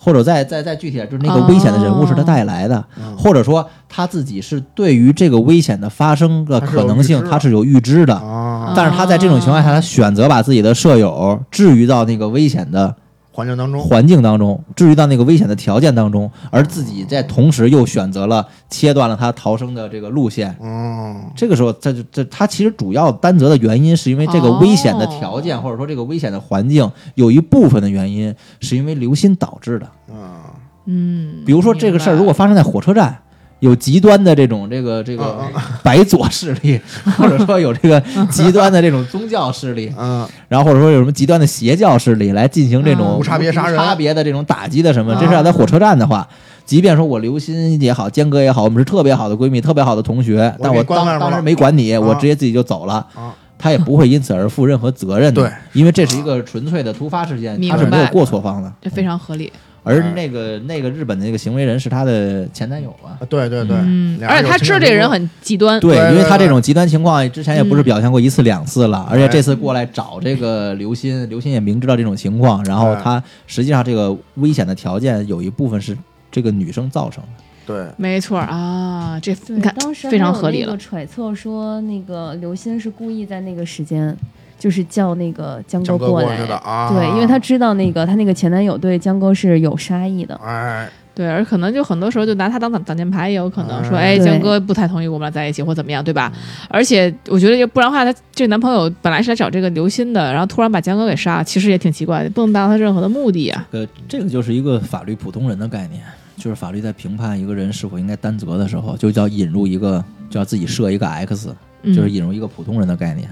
C: 或者再再再具体点，就是那个危险的人物是他带来的，或者说他自己是对于这个危险的发生的可能性他
D: 他
C: 是有预知
B: 嗯
C: 的，哦
D: 啊，
C: 但是他在这种情况下，他选择把自己的舍友置于到那个危险的
D: 环境当中
C: 环境当中，置于到那个危险的条件当中，而自己在同时又选择了切断了他逃生的这个路线。
D: 嗯，
C: 这个时候，这就这他其实主要担责的原因，是因为这个
B: 哦
C: 危险的条件，或者说这个危险的环境，有一部分的原因是因为刘鑫导致的。
D: 啊
B: 嗯，
C: 比如说这个事儿，
B: 明白
C: 如果发生在火车站，有极端的这种这个这个
B: 哦
C: 白左势力，或者说有这个极端的这种宗教势力，
D: 嗯，
C: 然后或者说有什么极端的邪教势力来进行这种
B: 嗯
D: 无差别杀人啊
C: 无差别的这种打击的什么，这是要在火车站的话。即便说我刘鑫也好，坚哥也好，我们是特别好的闺蜜，特别好的同学，
D: 我
C: 但我
D: 给关
C: 当
D: 外边
C: 当时
D: 了
C: 没管你，
D: 啊
C: 我直接自己就走了
D: 啊，
C: 他也不会因此而负任何责任的，
D: 对，啊
C: 因为这是一个纯粹的突发事件，
B: 明
C: 他
B: 白
C: 是没有过错方的。
B: 这非常合理。
C: 而那个那个日本的那个行为人是他的前男友啊，
D: 啊对对对，
B: 嗯，
D: 俩
B: 而
D: 人
B: 且
D: 有
B: 他
D: 情
B: 知道
D: 感
B: 这个
D: 冲
B: 人
D: 突
B: 很极端，
C: 对，
D: 对
C: 因为他
D: 对
C: 这种极端情况之前也不是表现过一次两次了，而且这次过来找这个刘鑫，刘鑫也明知道这种情况，然后
D: 哎
C: 他实际上这个危险的条件有一部分是这个女生造成的，
D: 对，
B: 没错啊，这
E: 对
B: 你看
E: 当时还
B: 非常
E: 有
B: 合理
E: 那个
B: 了
E: 揣测说，那个刘鑫是故意在那个时间，就是叫那个江
D: 江
E: 哥
D: 哥
E: 过
D: 去
E: 来。
D: 的啊，
E: 对，因为他知道那个他那个前男友对江哥是有杀意的，
D: 哎，
B: 对，而可能就很多时候就拿他当挡挡箭牌，也有可能
C: 啊
B: 说，
D: 嗯
B: 哎，
E: 对
B: 江哥不太同意我们俩在一起或怎么样，对
C: 嗯
B: 吧？而且我觉得，要不然的话，他这个男朋友本来是来找这个刘鑫的，然后突然把江哥给杀了，其实也挺奇怪的，不能达到他任何的目的啊。
C: 呃，这个就是一个法律普通人的概念，就是法律在评判一个人是否应该担责的时候，就叫引入一个就要自己设一个 X，
B: 嗯
C: 就是引入一个普通人的概念。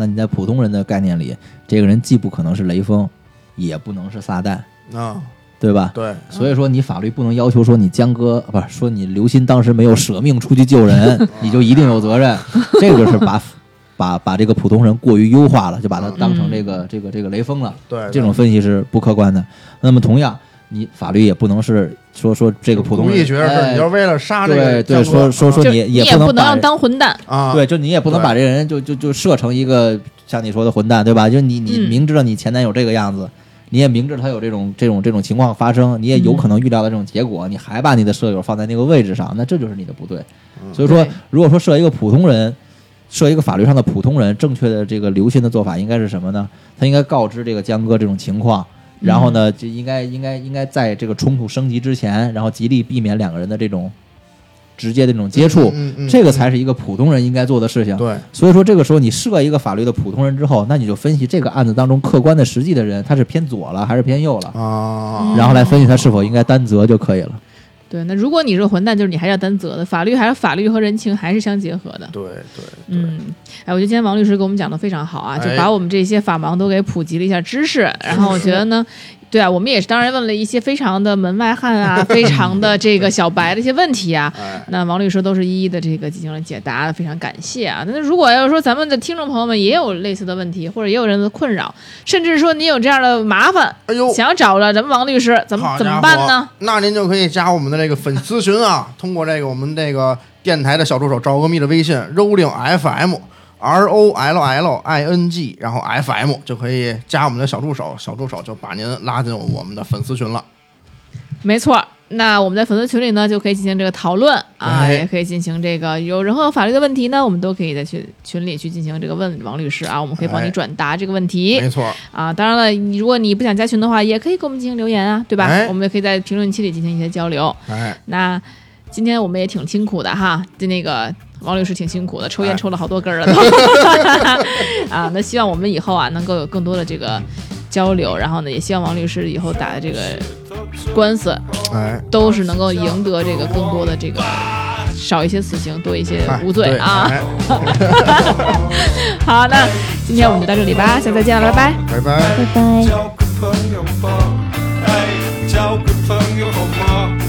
C: 那你在普通人的概念里，这个人既不可能是雷锋，也不能是撒旦，
D: 啊，
C: 对吧？
D: 对，
C: 所以说，你法律不能要求说你江哥不是说你刘鑫当时没有舍命出去救
D: 嗯
C: 人，你就一定有责任。这个就是把把把这个普通人过于优化了，就把他当成这个
D: 嗯
C: 这个这个雷锋了。
D: 对对
C: 这种分析是不客观的。那么同样，你法律也不能是说说这个普通
D: 故意
C: 人
D: 觉得是
C: 哎
D: 你就是为了杀这
C: 对
D: 个
C: 对
D: 江
C: 说
D: 哥
C: 说说
B: 就
C: 你
B: 是
C: 也
B: 也
C: 不能
B: 能
C: 把
B: 让他当混蛋，
D: 啊，
C: 对，就你也不能
D: 对
C: 把这个人就就就设成一个像你说的混蛋，对吧？就你你
B: 嗯
C: 明知道你前男友这个样子，你也明知他有这种这种这种情况发生，你也
B: 嗯
C: 有可能预料到这种结果，你还把你的舍友放在那个位置上，那这就是你的不对。
D: 嗯
C: 所以说
B: 对，
C: 如果说设一个普通人。设一个法律上的普通人，正确的这个刘鑫的做法应该是什么呢？他应该告知这个江哥这种情况，然后
B: 嗯
C: 呢，就应该应该应该在这个冲突升级之前，然后极力避免两个人的这种直接的这种接触，
D: 嗯嗯嗯
C: 这个才是一个普通人应该做的事情。
D: 对，
C: 所以说这个时候你设一个法律的普通人之后，那你就分析这个案子当中客观的实际的人，他是偏左了还是偏右了，
D: 啊，
C: 然后来分析他是否应该担责就可以了。
B: 对，那如果你是个混蛋，就是你还是要担责的，法律还是法律和人情还是相结合的。
D: 对对对，
B: 嗯，哎，我觉得今天王律师给我们讲的非常好啊，就
D: 哎
B: 把我们这些法盲都给普及了一下知识。然后我觉得呢，对啊，我们也是当然问了一些非常的门外汉啊，非常的这个小白的一些问题啊。
D: 哎，
B: 那王律师都是一一的这个进行了解答，非常感谢啊！那如果要是说咱们的听众朋友们也有类似的问题，或者也有人的困扰，甚至说你有这样的麻烦，
D: 哎呦，
B: 想要找了咱们王律师，怎么
D: 好
B: 怎
D: 家
B: 么
D: 伙
B: 办呢？？
D: 那您就可以加我们的这个粉丝群啊，通过这个我们这个电台的小助手赵阿咪的微信 rolling FM。R O L L I N G，然后 F M 就可以加我们的小助手，小助手就把您拉进我们的粉丝群了。
B: 没错。那我们在粉丝群里呢，就可以进行这个讨论啊，
D: 哎
B: 也可以进行这个有任何法律的问题呢，我们都可以在群群里去进行这个问王律师啊，我们可以帮你
D: 哎
B: 转达这个问题。
D: 没错，
B: 啊，当然了，你如果你不想加群的话，也可以给我们进行留言啊，对吧？
D: 哎
B: 我们也可以在评论区里进行一些交流。
D: 哎，
B: 那今天我们也挺辛苦的哈，就那个王律师挺辛苦的，抽烟
D: 哎
B: 抽了好多根儿了都。 啊，那希望我们以后啊能够有更多的这个交流，然后呢，也希望王律师以后打的这个官司
D: 哎，
B: 都是能够赢得这个更多的这个少一些死刑，多一些
D: 哎
B: 无罪
D: 对
B: 啊。
D: 哎
B: 好，那今天我们就到这里吧，下次再见了，拜拜。
D: 拜拜。
E: 拜拜。
A: 交个朋友吧，哎，交个朋友好吗？